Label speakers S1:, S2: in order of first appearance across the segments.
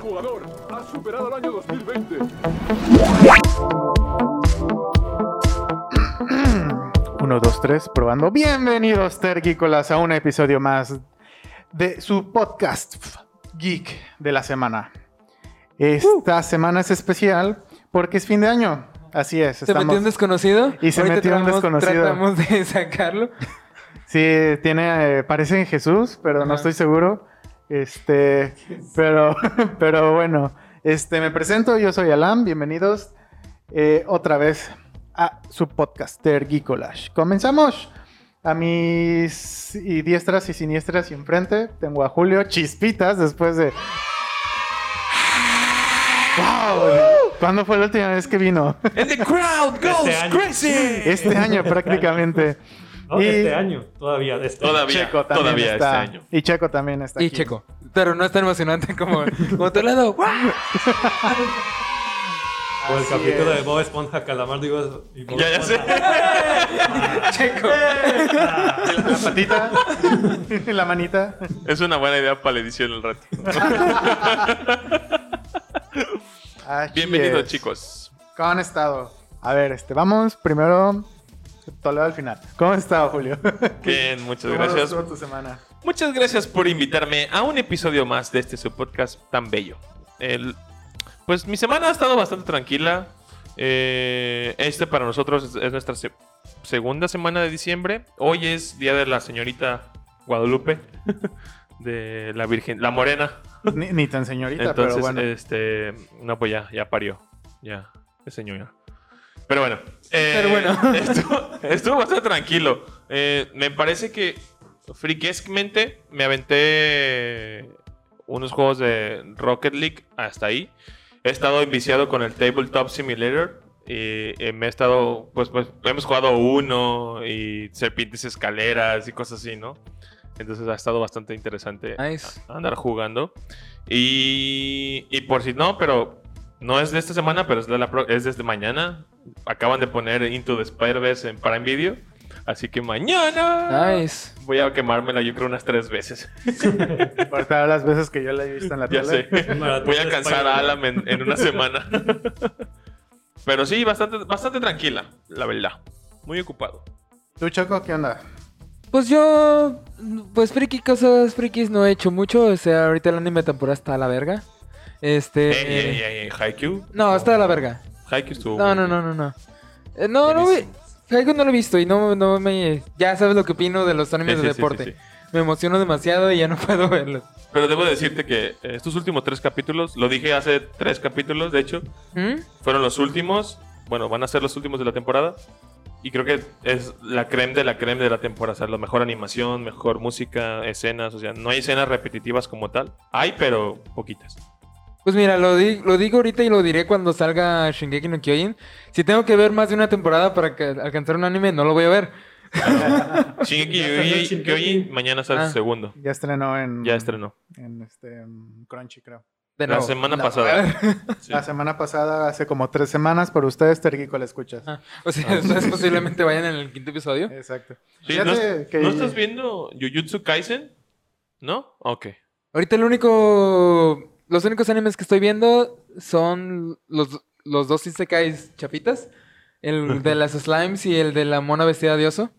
S1: jugador ha superado el año 2020.
S2: Uno, dos, tres, probando. Bienvenidos, tergícolas, a un episodio más de su podcast Geek de la semana. Esta
S3: Uh.
S2: semana es especial porque es fin de año. Así es.
S3: Se metió un desconocido.
S2: Y se
S3: Ahorita
S2: metió un
S3: tratamos-
S2: desconocido.
S3: Tratamos de sacarlo.
S2: Sí, tiene, eh, parece en Jesús, pero no
S3: Ajá.
S2: estoy seguro. Este, pero, pero bueno, este, me presento, yo soy Alam, bienvenidos eh, otra vez a su podcaster Geekolage. Comenzamos. A mis y diestras y siniestras y enfrente tengo a Julio Chispitas después de... ¡Wow! ¿Cuándo fue la última vez que vino?
S3: And the crowd goes
S4: Este año.
S3: crazy.
S2: Este año prácticamente.
S4: No,
S2: Y-
S4: este año, todavía. de Este
S5: Todavía,
S2: Checo también
S5: todavía
S2: está.
S5: este año.
S2: Y Checo también está
S3: Y
S2: aquí.
S3: Checo. Pero no es tan emocionante como, como tu lado. ¡Guau!
S4: O el
S2: Así
S4: capítulo
S2: es.
S4: de Bob Esponja, Calamardo y Bob, y Bob
S5: Ya, ya sé.
S4: Esponja.
S3: Checo.
S2: La patita. la manita.
S5: Es una buena idea para la edición el rato.
S2: Así
S5: Bienvenidos,
S2: es.
S5: chicos.
S2: ¿Cómo han estado? A ver, este, vamos primero. Toledo al final. ¿Cómo has estado, Julio?
S5: Bien, muchas
S2: ¿Cómo
S5: gracias.
S2: estuvo tu semana?
S5: Muchas gracias por invitarme a un episodio más de este su podcast tan bello. El- pues mi semana ha estado bastante tranquila. Eh, este para nosotros es, es nuestra se- segunda semana de diciembre. Hoy es día de la señorita Guadalupe, de la Virgen, la Morena.
S2: Ni, ni tan señorita,
S5: Entonces,
S2: pero bueno.
S5: este, no, pues ya, ya parió. Ya, es señora. Pero bueno. eh,
S3: Pero bueno.
S5: Estuvo, estuvo bastante tranquilo. Eh, me parece que friquescamente me aventé unos juegos de Rocket League hasta ahí. He estado enviciado con el Tabletop Simulator. Y eh, me he estado, pues, pues, hemos jugado uno y serpientes y escaleras y cosas así, ¿no? Entonces ha estado bastante interesante
S3: Nice.
S5: a- andar jugando. Y, y por si no, pero no es de esta semana, pero es de, la pro- es desde mañana. Acaban de poner Into the Spider-Verse en Prime Video. Así que mañana
S3: Nice.
S5: voy a quemármela, yo creo, unas tres veces.
S2: Por todas las veces que yo la he visto en la
S5: ya
S2: tele.
S5: sé.
S4: maratón
S5: Voy a
S4: de
S5: cansar a
S4: Spider-Man.
S5: Alan en, en una semana. pero sí, bastante, bastante tranquila, la verdad. Muy ocupado.
S2: ¿Tú, Choco, qué onda?
S3: Pues yo, pues friki cosas frikis no he hecho mucho. O sea, ahorita el anime temporada está a la verga. Este.
S5: Ey, ey, ey, ey, eh, Haikyuu.
S3: No, está a la verga.
S5: Haikyuu estuvo.
S3: No,
S5: muy
S3: no,
S5: bien.
S3: no, no, no. Eh, no, no, vi- Haiku no lo he visto y no, no me... Ya sabes lo que opino de los
S5: Sí,
S3: animes
S5: sí,
S3: de
S5: sí, sí,
S3: deporte.
S5: sí.
S3: Me emociono demasiado y ya no puedo verlos.
S5: Pero debo decirte que eh, estos últimos tres capítulos, lo dije hace tres capítulos, de hecho,
S3: ¿Mm?
S5: fueron los últimos. Bueno, van a ser los últimos de la temporada. Y creo que es la creme de la creme de la temporada. O sea, la mejor animación, mejor música, escenas. O sea, no hay escenas repetitivas como tal. Hay, pero poquitas.
S3: Pues mira, lo, di- lo digo ahorita y lo diré cuando salga Shingeki no Kyojin. Si tengo que ver más de una temporada para que- alcanzar un anime, no lo voy a ver.
S5: Shingeki
S4: Ya salió
S5: Kyojin-
S4: Shingeki.
S5: Kyojin, mañana sale
S3: Ah.
S5: el segundo.
S2: Ya estrenó en.
S5: Ya estrenó.
S2: En este, en Crunchy, creo.
S3: De
S5: la
S3: nuevo.
S5: semana
S2: No.
S5: pasada. Sí.
S4: Ah,
S2: La semana pasada, hace como tres semanas, por ustedes, Tergico, la escuchas.
S3: Ah, o sea, ustedes posiblemente vayan en el quinto episodio.
S2: Exacto.
S5: Sí,
S2: Fíjate
S5: ¿no,
S2: que-
S5: no estás viendo Jujutsu Kaisen? ¿No? Ok.
S3: Ahorita el único... Los únicos animes que estoy viendo son los, los dos Isekais chapitas. El de las slimes y el de la mona vestida de oso.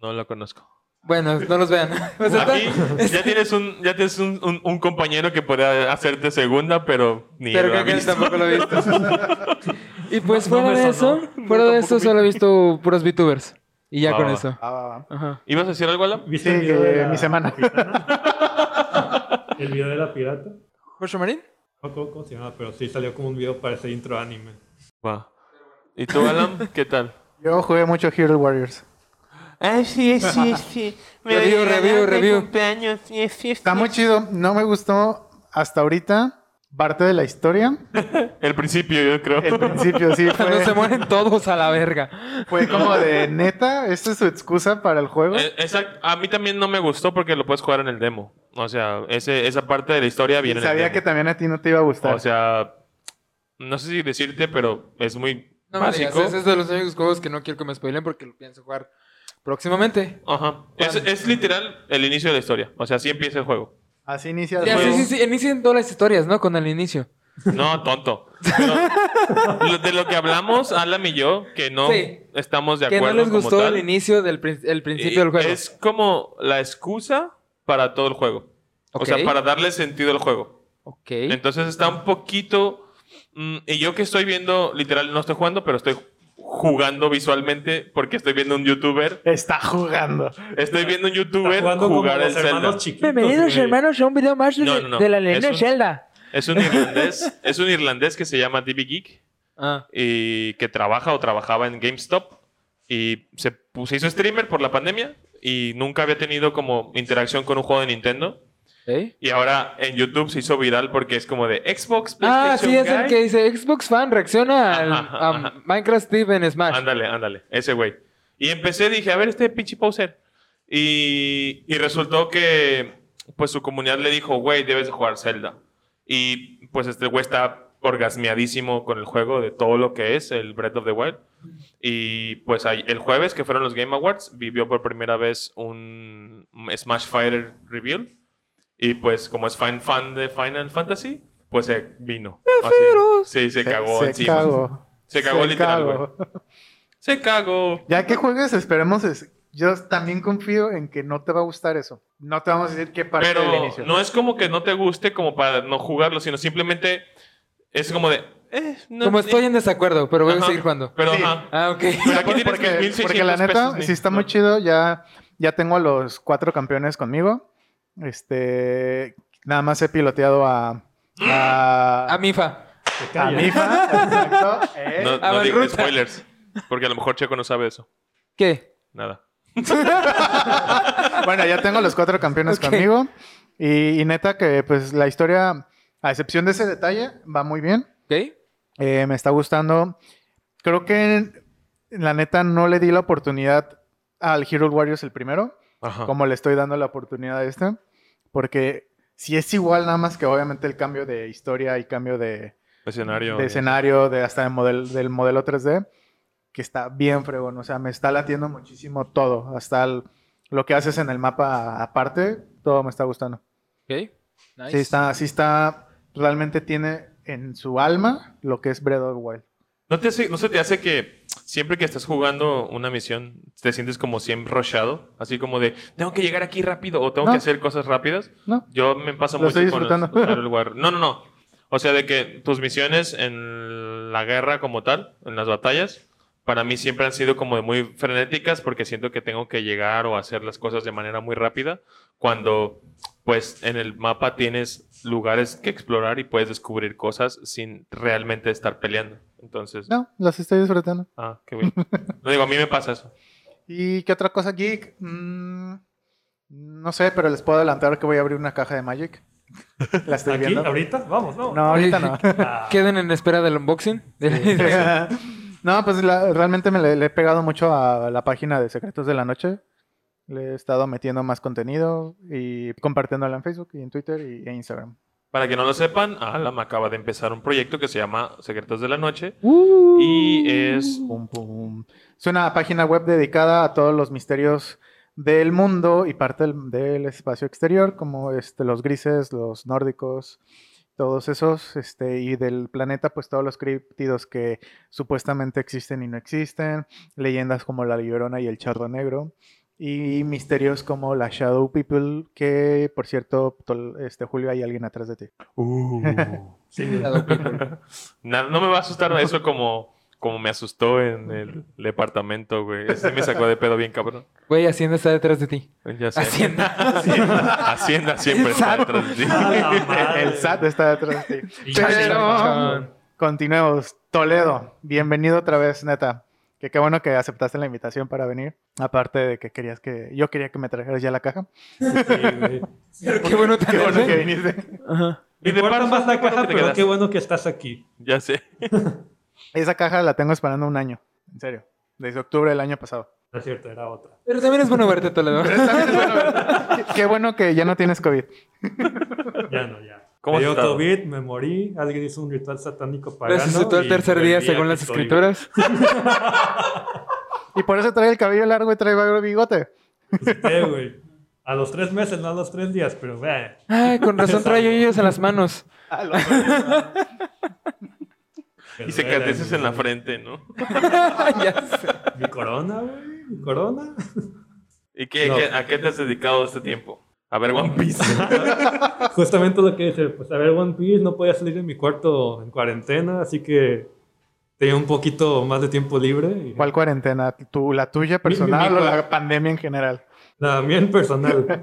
S5: No lo conozco.
S3: Bueno, no los vean. O sea,
S5: Aquí
S3: está-
S5: ya tienes un, ya tienes un, un- un compañero que podría hacerte segunda, pero ni
S3: pero
S5: lo ha
S3: creo que
S5: visto.
S3: tampoco lo he visto. y pues
S4: No, no
S3: fuera
S4: me
S3: de eso,
S4: sonó.
S3: fuera
S5: No,
S3: de
S5: tampoco
S3: eso solo he visto puros VTubers. Y ya
S5: Va,
S3: con
S5: va,
S3: eso.
S2: Ah, Va, va, va.
S3: Ajá.
S5: ¿Ibas a decir algo, Alan?
S2: Sí,
S4: ¿Viste el video de
S2: eh,
S4: la
S2: mi semana.
S4: gitana? El video de la pirata.
S3: ¿Jorge Marín?
S4: No cómo cómo se llama, pero sí salió como un video para ese intro anime.
S5: Va. ¿Y tú, Alan? ¿Qué tal?
S2: Yo jugué mucho Hero Warriors.
S6: Ah, sí, sí, sí.
S3: Review, review, review.
S6: Cumpleaños, sí, sí,
S2: Está muy chido. No me gustó hasta ahorita parte de la historia.
S5: El principio, yo creo.
S2: El principio sí
S3: Cuando se
S2: fue,
S3: mueren todos a la verga.
S2: fue como de neta. ¿Esta es su excusa para el juego?
S5: Eh, esa- a mí también no me gustó porque lo puedes jugar en el demo. O sea, ese, esa parte de la Oh, historia viene en
S2: Sabía
S5: el
S2: que
S5: demo.
S2: también a ti no te iba a gustar.
S5: O sea, no sé si decirte, pero es muy
S3: No me digas,
S5: básico.
S3: ese es de los únicos juegos que no quiero que me spoilen porque lo pienso jugar próximamente.
S5: Ajá. Es,
S3: Bueno.
S5: es literal el inicio de la historia. O sea, así empieza el juego.
S2: Así inicia el
S3: Ya, sí,
S2: juego.
S3: sí, sí, inician todas las historias, ¿no? Con el inicio.
S5: No, tonto. Pero lo- de lo que hablamos, Alam y yo, que no
S3: Sí.
S5: estamos de
S3: Que
S5: acuerdo.
S3: no les
S5: como
S3: gustó
S5: tal.
S3: el inicio del prin- el principio
S5: Eh,
S3: del juego.
S5: Es como la excusa para todo el juego.
S3: Ok.
S5: O sea, para darle sentido al juego.
S3: Ok.
S5: Entonces está un poquito... mm, y yo que estoy viendo, literal, no estoy jugando, pero estoy jugando visualmente porque estoy viendo un youtuber.
S2: Está jugando.
S5: Estoy viendo un youtuber
S4: jugando como
S5: jugar el
S4: los hermanos
S5: Zelda.
S4: chiquitos.
S3: Bienvenidos,
S4: güey.
S3: hermanos, a un video más de,
S5: No, no, no.
S3: de la
S5: Es
S3: leyenda
S5: un-
S3: Zelda.
S5: Es un irlandés, es un irlandés que se llama DB Geek
S3: Ah,
S5: y que trabaja o trabajaba en GameStop y se, pu- se hizo streamer por la pandemia y nunca había tenido como interacción con un juego de Nintendo.
S3: ¿eh?
S5: Y ahora en YouTube se hizo viral porque es como de Xbox, PlayStation
S3: Ah, sí, es el
S5: Guy.
S3: que dice Xbox fan reacciona al,
S5: Ajá,
S3: a
S5: ajá.
S3: Minecraft Steve en Smash.
S5: Ándale, ándale, ese güey. Y empecé, dije, a ver, este pinche poser. Y, y resultó que, pues su comunidad le dijo, güey, debes de jugar Zelda. Y pues este güey está orgasmeadísimo con el juego de todo lo que es el Breath of the Wild. Y pues ahí- el jueves, que fueron los Game Awards, vivió por primera vez un un Smash Fighter Reveal. Y pues como es fan, fan de Final Fantasy, pues se vino. Así. Sí, se cagó
S2: se
S5: encima.
S2: cagó.
S5: Se cagó literal, güey.
S2: cagó.
S5: Se cagó.
S2: Ya que juegues, esperemos. es- Yo también confío en que no te va a gustar eso. No te vamos a decir qué parte del
S5: Pero
S2: inicio.
S5: no es como que no te guste como para no jugarlo, sino simplemente es como de... Eh, no,
S3: Como estoy en desacuerdo, pero voy a
S5: Ajá.
S3: seguir jugando.
S5: Pero
S2: Sí.
S5: ajá.
S3: Ah, ok.
S5: Pero aquí
S2: Por-
S5: tienes
S2: porque,
S5: 1600
S2: porque la neta,
S5: pesos, ni-
S2: sí está muy
S5: no.
S2: chido. Ya, ya tengo a los cuatro campeones conmigo. Este, nada más he piloteado a.
S3: A
S2: A,
S3: Mifa.
S2: a Mifa, exacto, eh.
S5: No,
S3: Ah,
S5: no digas
S3: Ruta.
S5: spoilers, porque a lo mejor Checo no sabe eso.
S3: ¿Qué?
S5: Nada.
S2: Bueno, ya tengo los cuatro campeones
S3: Ok.
S2: conmigo. Y, y neta que pues la historia, a excepción de ese detalle, va muy bien.
S3: ¿Ok?
S2: Eh, me está gustando. Creo que la neta no le di la oportunidad al Hero Warriors el primero,
S5: Ajá.
S2: como le estoy dando la oportunidad a este. Porque si es igual, nada más que obviamente el cambio de historia y cambio de,
S5: Escenario.
S2: de escenario, de hasta de model- del modelo 3D, que está bien fregón. O sea, me está latiendo muchísimo todo. Hasta el- lo que haces en el mapa aparte, todo me está gustando.
S3: Ok. Nice.
S2: Sí está, sí está, realmente tiene en su alma lo que es Breath of the Wild.
S5: ¿No, te hace- ¿No se te hace que siempre que estás jugando una misión te sientes como siempre rochado? Así como de, tengo que llegar aquí rápido o tengo
S2: No.
S5: que hacer cosas rápidas.
S2: ¿No?
S5: Yo me paso
S2: Lo
S5: mucho
S2: estoy
S5: con los-
S2: disfrutando.
S5: con el lugar. No, no, no. O sea, de que tus misiones en la guerra como tal, en las batallas, para mí siempre han sido como de muy frenéticas porque siento que tengo que llegar o hacer las cosas de manera muy rápida cuando pues en el mapa tienes lugares que explorar y puedes descubrir cosas sin realmente estar peleando. Entonces,
S2: No, los estoy disfrutando.
S5: ah, qué bien. No digo, a mí me pasa eso.
S2: ¿Y qué otra cosa, Geek? Mm, no sé, pero les puedo adelantar que voy a abrir una caja de Magic. La estoy
S4: ¿Aquí?
S2: viendo.
S4: ¿Ahorita? Vamos, vamos.
S2: No, ahorita no.
S4: Ah,
S3: Queden en espera del unboxing.
S2: no, pues la- realmente me le, le he pegado mucho a la página de Secretos de la Noche. Le he estado metiendo más contenido y compartiéndola en Facebook y en Twitter y en Instagram.
S5: Para que no lo sepan, Alam acaba de empezar un proyecto que se llama Secretos de la Noche
S2: Uh.
S5: y es
S2: Pum, pum. Es una página web dedicada a todos los misterios del mundo y parte del, del espacio exterior, como este, los grises, los nórdicos, todos esos, este, y del planeta, pues todos los críptidos que supuestamente existen y no existen, leyendas como la Llorona y el Charro Negro, y misterios como la Shadow People, que por cierto, tol- este, Julio, hay alguien atrás de ti.
S4: Uh. sí, güey.
S5: Nada, no me va a asustar eso como, como me asustó en el departamento, güey. Ese me sacó de pedo bien cabrón.
S3: Güey, Hacienda está detrás de ti.
S5: Ya sé.
S3: Hacienda.
S5: Hacienda. Hacienda siempre está detrás de ti.
S4: A
S3: Ah,
S4: la madre.
S2: El SAT está detrás de ti.
S4: Y-
S2: Pero- Continuemos. Toledo, bienvenido otra vez, neta. Que qué bueno que aceptaste la invitación para venir. Aparte de que querías que. Yo quería que me trajeras ya la caja.
S4: Sí, güey.
S3: Qué bueno tan
S2: Qué bueno que
S3: tarde.
S2: viniste.
S3: Ajá.
S5: Y
S4: Me
S5: de
S4: importa
S5: paso,
S4: más la
S5: qué bueno
S4: caja,
S5: que te
S4: pero
S5: quedaste.
S4: qué bueno que estás aquí.
S5: Ya sé.
S2: Esa caja la tengo esperando un año. En serio. Desde octubre del año pasado.
S4: No es cierto, era otra.
S3: Pero también es bueno verte, Toledo.
S2: Qué, qué bueno que ya no tienes COVID.
S4: Ya no, ya. me
S5: ¿Cómo has
S4: dio
S5: estado?
S4: COVID, me morí, alguien hizo un ritual satánico
S3: Lo
S4: pagano.
S3: suscitó el
S4: y
S3: tercer
S4: el
S3: día según
S4: que
S3: las
S4: estoy,
S3: escrituras.
S2: Y por eso trae el cabello largo y trae barba y bigote.
S4: güey. Sí, güey. A los tres meses, no a los tres días, pero vea.
S3: Ay, con razón trae hoyos en las manos.
S5: Y cicatrices en la frente, ¿no?
S3: Ya sé.
S4: Mi corona, güey. Mi corona.
S5: ¿Y qué,
S4: No.
S5: qué- a qué te has dedicado este tiempo? A ver One Piece.
S4: Justamente lo que dice, pues a ver, One Piece no podía salir de mi cuarto en cuarentena, así que tenía un poquito más de tiempo libre. y-
S2: ¿Cuál cuarentena? ¿Tú, ¿La tuya personal
S4: mi- mi-
S2: o la pandemia en general?
S4: La mía en personal.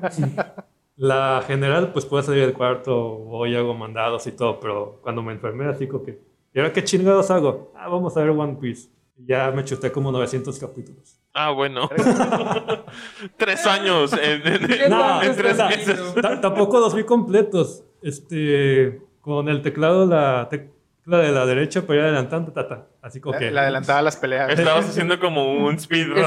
S4: La general, pues puedo salir del cuarto, voy, hago mandados y todo, pero cuando me enfermé, así como que, ¿y ahora qué chingados hago? Ah, vamos a ver One Piece. Y Ya me chuté como 900 capítulos.
S5: Ah, bueno. tres años en, en- en-
S4: No,
S5: en tres
S4: espera.
S5: meses.
S4: Ta- tampoco los vi completos. Este, con el teclado, la tecla de la derecha, pero ir adelantando, tata. Así como que.
S2: Eh, La adelantada a las peleas.
S5: Estabas haciendo como un speedrun.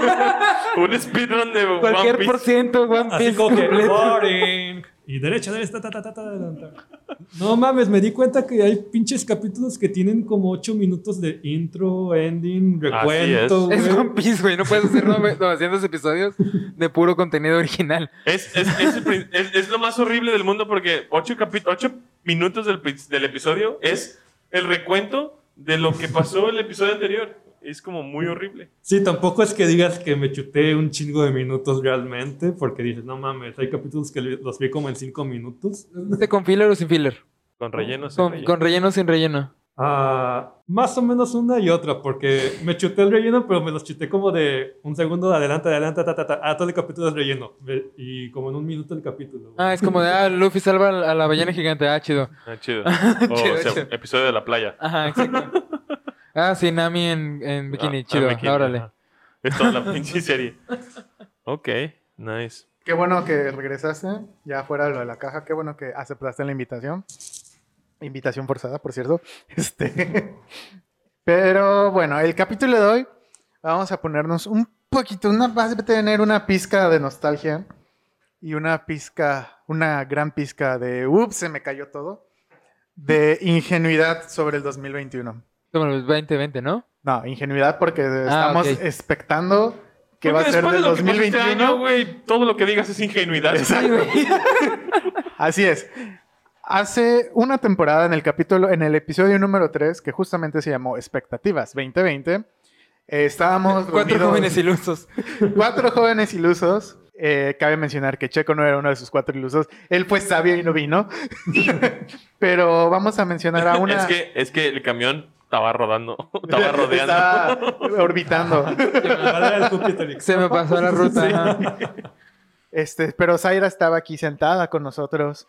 S5: un speedrun de One
S3: Cualquier por
S5: Piece.
S3: ciento, One Piece.
S4: Así como que.
S3: completo.
S4: Boring. Y derecha, derecha, ta, ta, ta, ta, adelantar. No mames, me di cuenta que hay pinches capítulos que tienen como 8 minutos de intro, ending, recuento.
S5: Así
S3: Es
S4: güey.
S3: One Piece, güey. No puedes hacer 9 900 episodios de puro contenido original.
S5: Es, es, es el prin- es- es lo más horrible del mundo porque ocho, capi- ocho minutos del, pi- del episodio es el recuento de lo que pasó el episodio anterior. Es como muy horrible.
S4: Sí, tampoco es que digas que me chuté un chingo de minutos realmente, porque dices, no mames, hay capítulos que los vi como en 5 minutos.
S3: ¿Este con filler o sin filler?
S5: Con relleno. sin
S3: Con,
S5: relleno.
S3: con relleno o sin relleno.
S4: Ah, más o menos una y otra, porque me chuté el relleno, pero me los chuté como de un segundo de adelante, adelante, ta, ta, ta. Ah, todo el capítulo es relleno. Ve- Y como en un minuto el capítulo. güey.
S3: Ah, es como de, ah, Luffy salva a la- a la ballena gigante. Ah, chido.
S5: Ah, chido.
S3: Chido,
S5: O sea,
S3: chido.
S5: episodio de la playa.
S3: Ajá, exacto. Ah, sí, Nami en, en bikini.
S5: Ah,
S3: chido,
S5: ah, bikini,
S3: órale.
S5: ajá. Es toda la pinche serie. Ok, nice.
S2: Qué bueno que regresaste, ya fuera de lo de la caja. Qué bueno que aceptaste la invitación. Invitación forzada, por cierto. Este. Pero bueno, el capítulo de hoy vamos a ponernos un poquito, una, vas a tener una pizca de nostalgia y una pizca, una gran pizca de, ups, se me cayó todo, de ingenuidad sobre el 2021.
S3: Bueno, pues 2020, ¿no?
S2: No, ingenuidad porque estamos
S3: ok.
S2: expectando que va a
S5: Ah, Porque
S2: ser
S5: después
S2: del
S5: de lo que pasó este
S2: 2021.
S5: año, güey, todo lo que digas es ingenuidad.
S2: Así es. Hace una temporada en el capítulo, en el episodio número 3, que justamente se llamó Expectativas 2020, eh, estábamos
S3: Cuatro
S2: reunidos-
S3: jóvenes ilusos.
S2: cuatro jóvenes ilusos. Eh, cabe mencionar que Checo no era uno de sus cuatro ilusos. Él fue sabio y no vino. Pero vamos a mencionar a una.
S5: Es, que, es que el camión estaba rodando, estaba rodeando.
S2: Estaba orbitando.
S4: Para el Júpiter y-
S3: Se me pasó la ruta. ajá.
S2: Este, pero Zaira estaba aquí sentada con nosotros,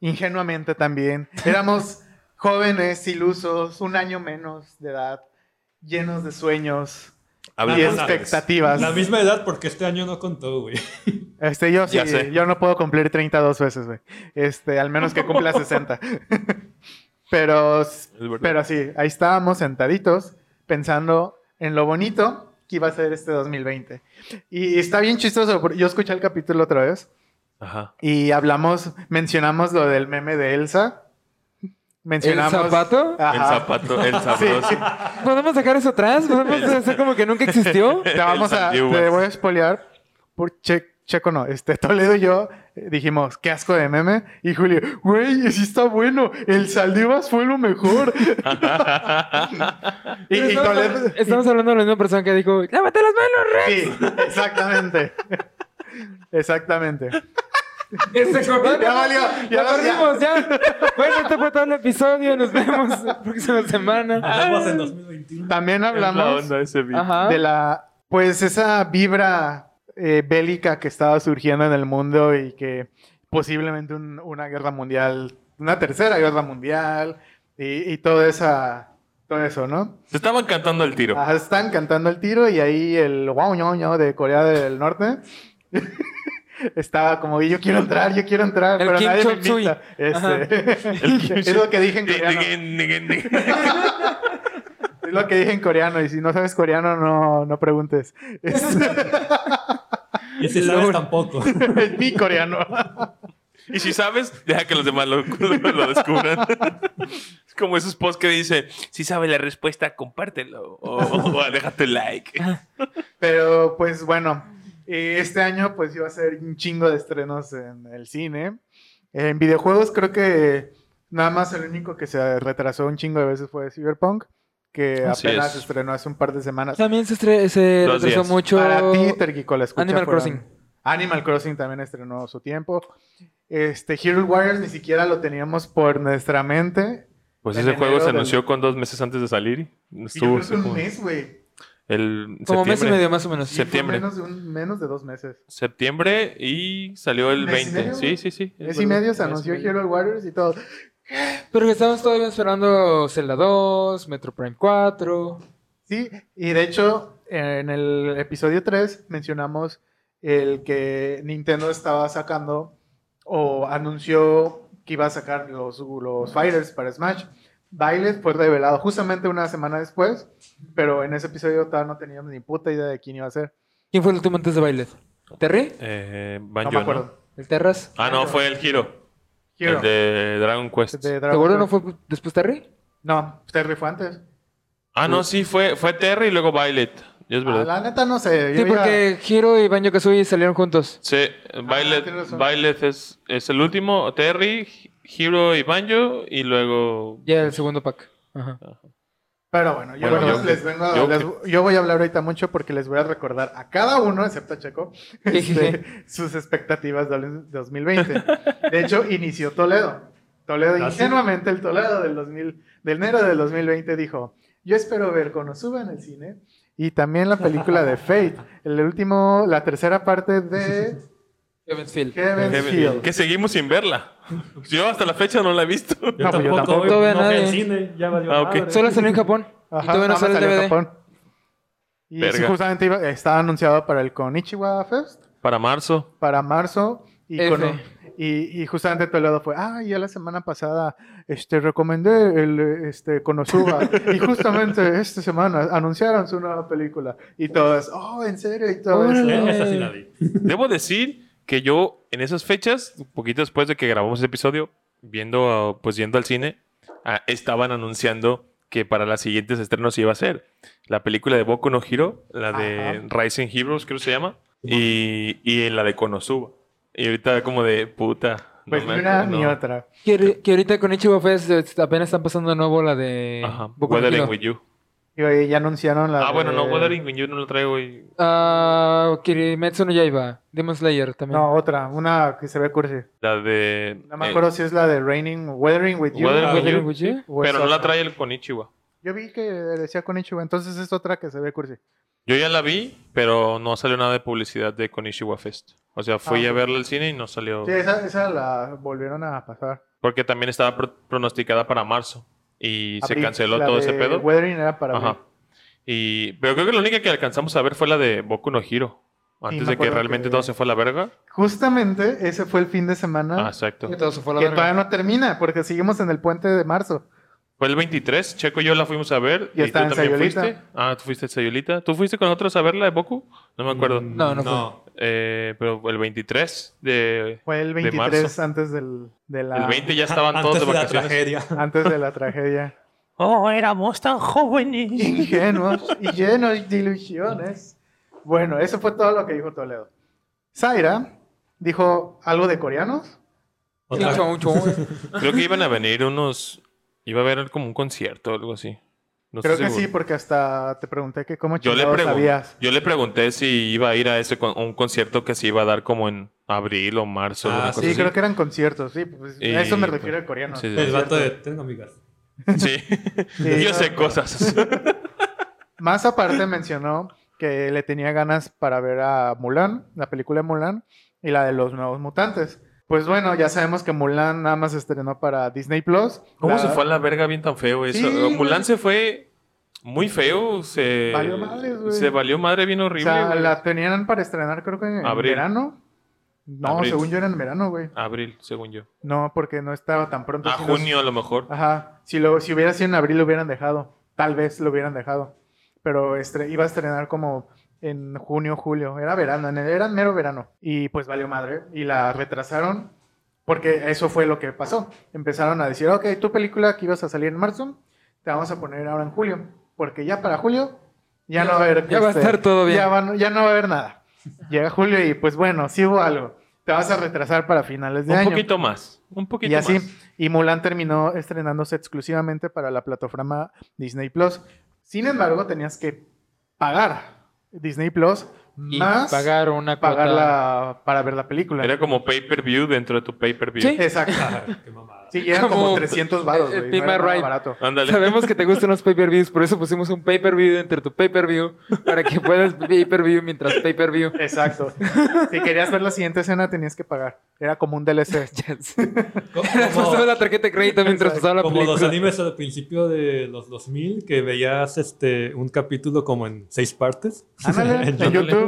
S2: ingenuamente también. Éramos jóvenes, ilusos, un año menos de edad, llenos de sueños
S5: Hablando
S2: y
S5: de naves.
S2: expectativas.
S4: La misma edad porque este año no contó, güey.
S2: Este, yo sí,
S5: Ya sé.
S2: yo no puedo cumplir 32 veces, güey. Este, al menos que cumpla 60. pero,
S5: Es verdad.
S2: pero sí, ahí estábamos sentaditos pensando en lo bonito que iba a ser este 2020. Y está bien chistoso, porque yo escuché el capítulo otra vez.
S5: Ajá.
S2: Y hablamos, mencionamos lo del meme de Elsa.
S3: ¿El
S2: Mencionamos.
S3: zapato?
S5: El
S2: Ajá.
S5: zapato, el sabroso.
S3: ¿Podemos dejar eso atrás? ¿Podemos hacer como que nunca existió?
S2: Te vamos
S5: El
S2: a. Te
S5: sandiúas.
S2: voy a spoilear. Por che- Checo no. Este Toledo y yo eh, dijimos, qué asco de meme. Y Julio, güey, sí está bueno. El Saldivas fue lo mejor. y, y
S3: estamos,
S2: Toledo.
S3: estamos hablando de la misma persona que dijo, ¡lávate las manos, Red!
S2: Sí, exactamente. exactamente.
S3: Este corona.
S2: Ya valió, ya
S3: Ya
S2: valió.
S3: perdimos, ya. Bueno, este fue todo el episodio. Nos vemos la próxima
S4: Nos
S3: semana.
S4: vemos en 2021.
S2: También
S5: La
S2: hablamos.
S5: onda ese beat.
S3: Ajá.
S2: de la pues esa vibra eh, bélica que estaba surgiendo en el mundo y que posiblemente un- una guerra mundial, una tercera guerra mundial y, y todo esa todo eso, ¿no?
S5: Se estaban cantando el tiro.
S2: Ajá, están cantando el tiro y ahí el wow ño, ño de Corea del Norte estaba como yo quiero entrar, yo quiero entrar,
S3: El
S2: pero
S3: Kim
S2: nadie me
S3: Chok-sui.
S2: invita. Este,
S5: El Kim
S2: es lo que dije en coreano. Es lo que dije en coreano y si no sabes coreano no no preguntes.
S4: Y si sabes tampoco.
S2: es mi coreano.
S5: Y si sabes, deja que los demás lo, lo- lo descubran. Es como esos posts que dicen, si sabes la
S2: Ah.
S5: respuesta, compártelo. O, o deja tu like.
S2: Pero pues bueno, Eh, Este año pues iba a ser un chingo de estrenos en el cine. En videojuegos creo que nada más el único que se retrasó un chingo de veces fue Cyberpunk, que
S5: Así
S2: apenas
S5: es.
S2: estrenó hace un par de semanas.
S3: También se, estre- se
S5: Dos
S3: retrasó
S5: días.
S3: mucho.
S2: Para ti, Tergico, la escucha.
S3: Animal
S2: fueron-
S3: Crossing.
S2: Animal Crossing también estrenó su tiempo. Este, Hero Wires ni siquiera lo teníamos por nuestra mente.
S5: Pues
S2: En
S5: ese
S2: enero
S5: juego se
S2: del-
S5: anunció con dos meses antes de salir. y
S2: Y yo
S5: Estuvo
S2: creo que un
S5: como-
S2: mes, güey.
S5: el
S3: Como mes y
S5: septiembre.
S3: medio más o menos.
S2: Sí, fue
S5: Septiembre.
S2: Menos de, un- menos de dos meses.
S5: Septiembre y salió el
S2: ¿Mes y
S5: 20.
S2: medio?
S5: Sí, sí, sí. es
S2: Mes y
S5: verdad.
S2: medio se
S5: Mes y
S2: anunció
S5: medio.
S2: Hero Warriors y todo.
S3: Pero que estamos todavía esperando Zelda 2, Metro Prime 4.
S2: Sí, y de hecho, en el episodio 3 mencionamos el que Nintendo estaba sacando o anunció que iba a sacar los, los fighters para Smash. Bailes fue revelado justamente una semana después, pero en ese episodio todavía no teníamos ni puta idea de quién iba a ser.
S3: ¿Quién fue el último antes de Bailet? ¿Terry?
S5: Eh,
S2: No
S5: Banjo,
S2: me
S5: no
S2: acuerdo.
S3: ¿El Terras?
S5: Ah, no, fue el giro.
S2: Hero,
S5: El de Dragon Quest.
S2: de Dragon
S3: ¿Seguro no
S2: Quest.
S3: fue después Terry?
S2: No, Terry fue antes.
S5: Ah, no, sí, fue, fue Terry y luego Violet. Ya es
S2: Ah,
S5: verdad.
S2: la neta no sé. yo
S3: Sí,
S2: ya-
S3: porque Hiro y Banjo Kazooie salieron juntos.
S5: Sí, Violet,
S2: Ah, tienes razón.
S5: Violet es, es el último. Terry, Hiro y Banjo. Y luego.
S3: Ya el segundo pack. Ajá.
S2: Pero bueno, yo,
S5: Bueno,
S2: les-
S5: yo-
S2: les vengo a-
S5: yo-
S2: les- yo voy a hablar ahorita mucho porque les voy a recordar a cada uno, excepto a Checo, este, sus expectativas del 2020. De hecho, inició Toledo. Toledo,
S4: ¿Ah, sí?
S2: ingenuamente, el Toledo del 2000, del enero del 2020 dijo, yo espero ver Konosuba en el cine y también la película de Fate, el último, la tercera parte de
S3: Heaven's Field.
S2: Heaven's
S5: Heaven-
S2: Hill.
S5: que seguimos sin verla. Yo hasta la fecha no la he visto.
S4: Yo
S2: No, pues yo
S4: tampoco,
S2: tampoco.
S4: voy-
S3: Todavía
S4: no fui
S3: nadie.
S4: al cine, ya valió
S5: Ah, ok.
S4: madre.
S3: Solo salió en Japón. y
S2: Ajá,
S3: todavía no
S2: nada más
S3: sale el
S2: salió en
S3: DVD.
S2: Japón. Y sí,
S5: Verga.
S2: justamente iba- estaba anunciado para el Konichiwa Fest.
S5: Para marzo.
S2: para marzo y,
S3: F.
S2: con- y, y justamente Toledo fue, ah, ya la semana pasada este, recomendé el eh, este, Konosuba y justamente esta semana anunciaron su nueva película y todos, oh, en serio y todo eso.
S3: Órale.
S4: Eh, Esa sí la vi.
S5: Debo decir que yo en esas fechas, un poquito después de que grabamos ese episodio, viendo, uh, pues yendo al cine, ah, estaban anunciando que para las siguientes estrenos iba a ser la película de Boku no Hero, la de Rising Heroes, creo que se llama, y, y la de Konosuba. Y ahorita como de puta. no
S2: Pues
S5: me
S2: ni una
S5: acuerdo,
S2: ni
S5: no.
S2: otra.
S3: Que, ri- que ahorita con Ichigo Fest eh, apenas están pasando de nuevo la de
S5: Ajá.
S3: Boku no
S5: Weathering
S3: Hero.
S5: with You.
S2: Y oye, ya anunciaron la
S5: Ah, bueno, no,
S2: de-
S5: Weathering with You no lo traigo. Y...
S3: Ah, Kirimetsu no Yaiba. Demon Slayer también.
S2: No, otra, una que se ve cursi.
S5: La de.
S2: No me
S5: eh,
S2: acuerdo si es la de Raining, Weathering with You.
S5: Weathering
S4: Ah,
S5: with
S4: yo-
S5: You,
S3: Weathering with You.
S2: o es
S5: pero no la
S2: pues, otra.
S5: trae el Konichiwa.
S2: Yo vi que decía Konichiwa, entonces es otra que se ve cursi.
S5: Yo ya la vi, pero no salió nada de publicidad de Konishiwa Fest. O sea, fui
S2: Ah,
S5: a
S2: ok.
S5: verla al cine y no salió.
S2: Sí, esa, esa la volvieron a pasar.
S5: Porque también estaba pro- pronosticada para marzo. Y se
S2: Abril,
S5: canceló
S2: la
S5: todo
S2: de
S5: ese pedo.
S2: Weathering era para
S5: Ajá.
S2: abril.
S5: Y, pero creo que la única que alcanzamos a ver fue la de Boku no Hiro.
S2: me
S5: Antes de que
S2: acuerdo
S5: realmente
S2: que-
S5: todo se fue a la verga.
S2: Justamente ese fue el fin de semana
S5: Ah, exacto.
S3: Que todo se fue a la
S2: que
S3: verga.
S2: todavía no termina porque seguimos en el puente de marzo.
S5: Fue el 23, Checo y yo la fuimos a ver.
S2: Y
S5: ¿Y, tú
S2: estaba en
S5: también
S2: Sayulita.
S5: fuiste? Ah, tú fuiste en Sayulita. ¿Tú fuiste con otros a ver la de Boku? No me acuerdo.
S4: Mm,
S3: No, no
S5: Eh, pero el 23 de...
S2: Fue el
S5: marzo.
S2: 23 antes del, de la
S5: El 20 ya estaban
S4: Antes
S5: todos de
S4: de la
S5: vacaciones.
S4: tragedia.
S2: antes de la tragedia.
S6: Oh, éramos tan jóvenes.
S2: Ingenuos y llenos de ilusiones. Bueno, eso fue todo lo que dijo Toledo. Zaira dijo algo de coreanos.
S4: Otra-
S3: Chon, chon.
S5: Creo que iban a venir unos. Iba a haber como un concierto o algo así. No
S2: Creo
S5: estoy
S2: que sí,
S5: seguro.
S2: porque hasta te pregunté que cómo
S5: Yo le,
S2: chingados
S5: pregun-
S2: sabías.
S5: yo le pregunté si iba a ir a ese con- a un concierto que se iba a dar como en abril o marzo.
S4: Ah,
S5: una cosa
S2: Sí,
S5: así.
S2: creo que eran conciertos. Sí, pues,
S5: Pues Y-
S2: a eso me refiero al coreano.
S5: Sí,
S4: El vato de tengo amigas.
S5: sí.
S2: Sí.
S5: yo sé cosas.
S2: Más aparte mencionó que le tenía ganas para ver a Mulan, la película de Mulan y la de los nuevos mutantes. Pues bueno, ya sabemos que Mulan nada más estrenó para Disney Plus.
S5: ¿Cómo
S2: La-
S5: se fue a la verga bien tan feo eso?
S2: Sí, güey.
S5: Mulan se fue muy feo. Se
S2: Valió madres, güey.
S5: Se valió madre bien
S2: O
S5: horrible.
S2: sea,
S5: güey.
S2: la tenían para estrenar creo que en
S5: Abril.
S2: verano. No,
S5: Abril.
S2: según yo era en verano, güey.
S5: Abril, según yo.
S2: No, porque no estaba tan pronto.
S5: A
S2: Si los-
S5: Ah, junio a lo mejor.
S2: Ajá. Si, lo, si hubiera sido en abril lo hubieran dejado. Tal vez lo hubieran dejado. Pero estre- iba a estrenar como en junio, julio. Era verano, en el- era mero verano. Y pues valió madre. Y la retrasaron porque eso fue lo que pasó. Empezaron a decir, ok, tu película que ibas a salir en marzo, te vamos a poner ahora en julio. Porque ya para julio ya no va a haber... este,
S3: Ya va a estar todo bien.
S2: Ya, van- ya no va a haber nada. Llega julio y pues bueno, sí hubo algo. Te vas a retrasar para finales de
S5: Un
S2: año.
S5: poquito más. Un poquito
S2: y así,
S5: más.
S2: y Mulan terminó estrenándose exclusivamente para la plataforma Disney Plus. Sin embargo, tenías que pagar Disney Plus
S3: Y
S2: más pagar,
S3: pagar una cuota.
S2: la- para ver la película.
S5: Era como pay-per-view dentro de tu pay-per-view.
S3: Sí.
S2: Exacto.
S4: Ah, qué mamada.
S2: Sí, y eran como,
S3: Como,
S2: 300 varos,
S3: eh,
S2: güey.
S3: Pima
S2: no era nada
S3: Ride.
S2: barato.
S5: Ándale.
S3: Sabemos que te gustan los pay-per-views, por eso pusimos un pay-per-view entre tu pay-per-view para que puedas pay-per-view mientras pay-per-view.
S2: Exacto. si querías ver la siguiente escena, tenías que pagar. Era como un DLC.
S4: Co-
S3: Pasaba
S4: Como,
S3: la tarjeta de crédito mientras pasaba la
S4: como los
S3: película.
S4: animes al principio de los 2000 que veías este un capítulo como en seis partes.
S2: Ándale, en YouTube.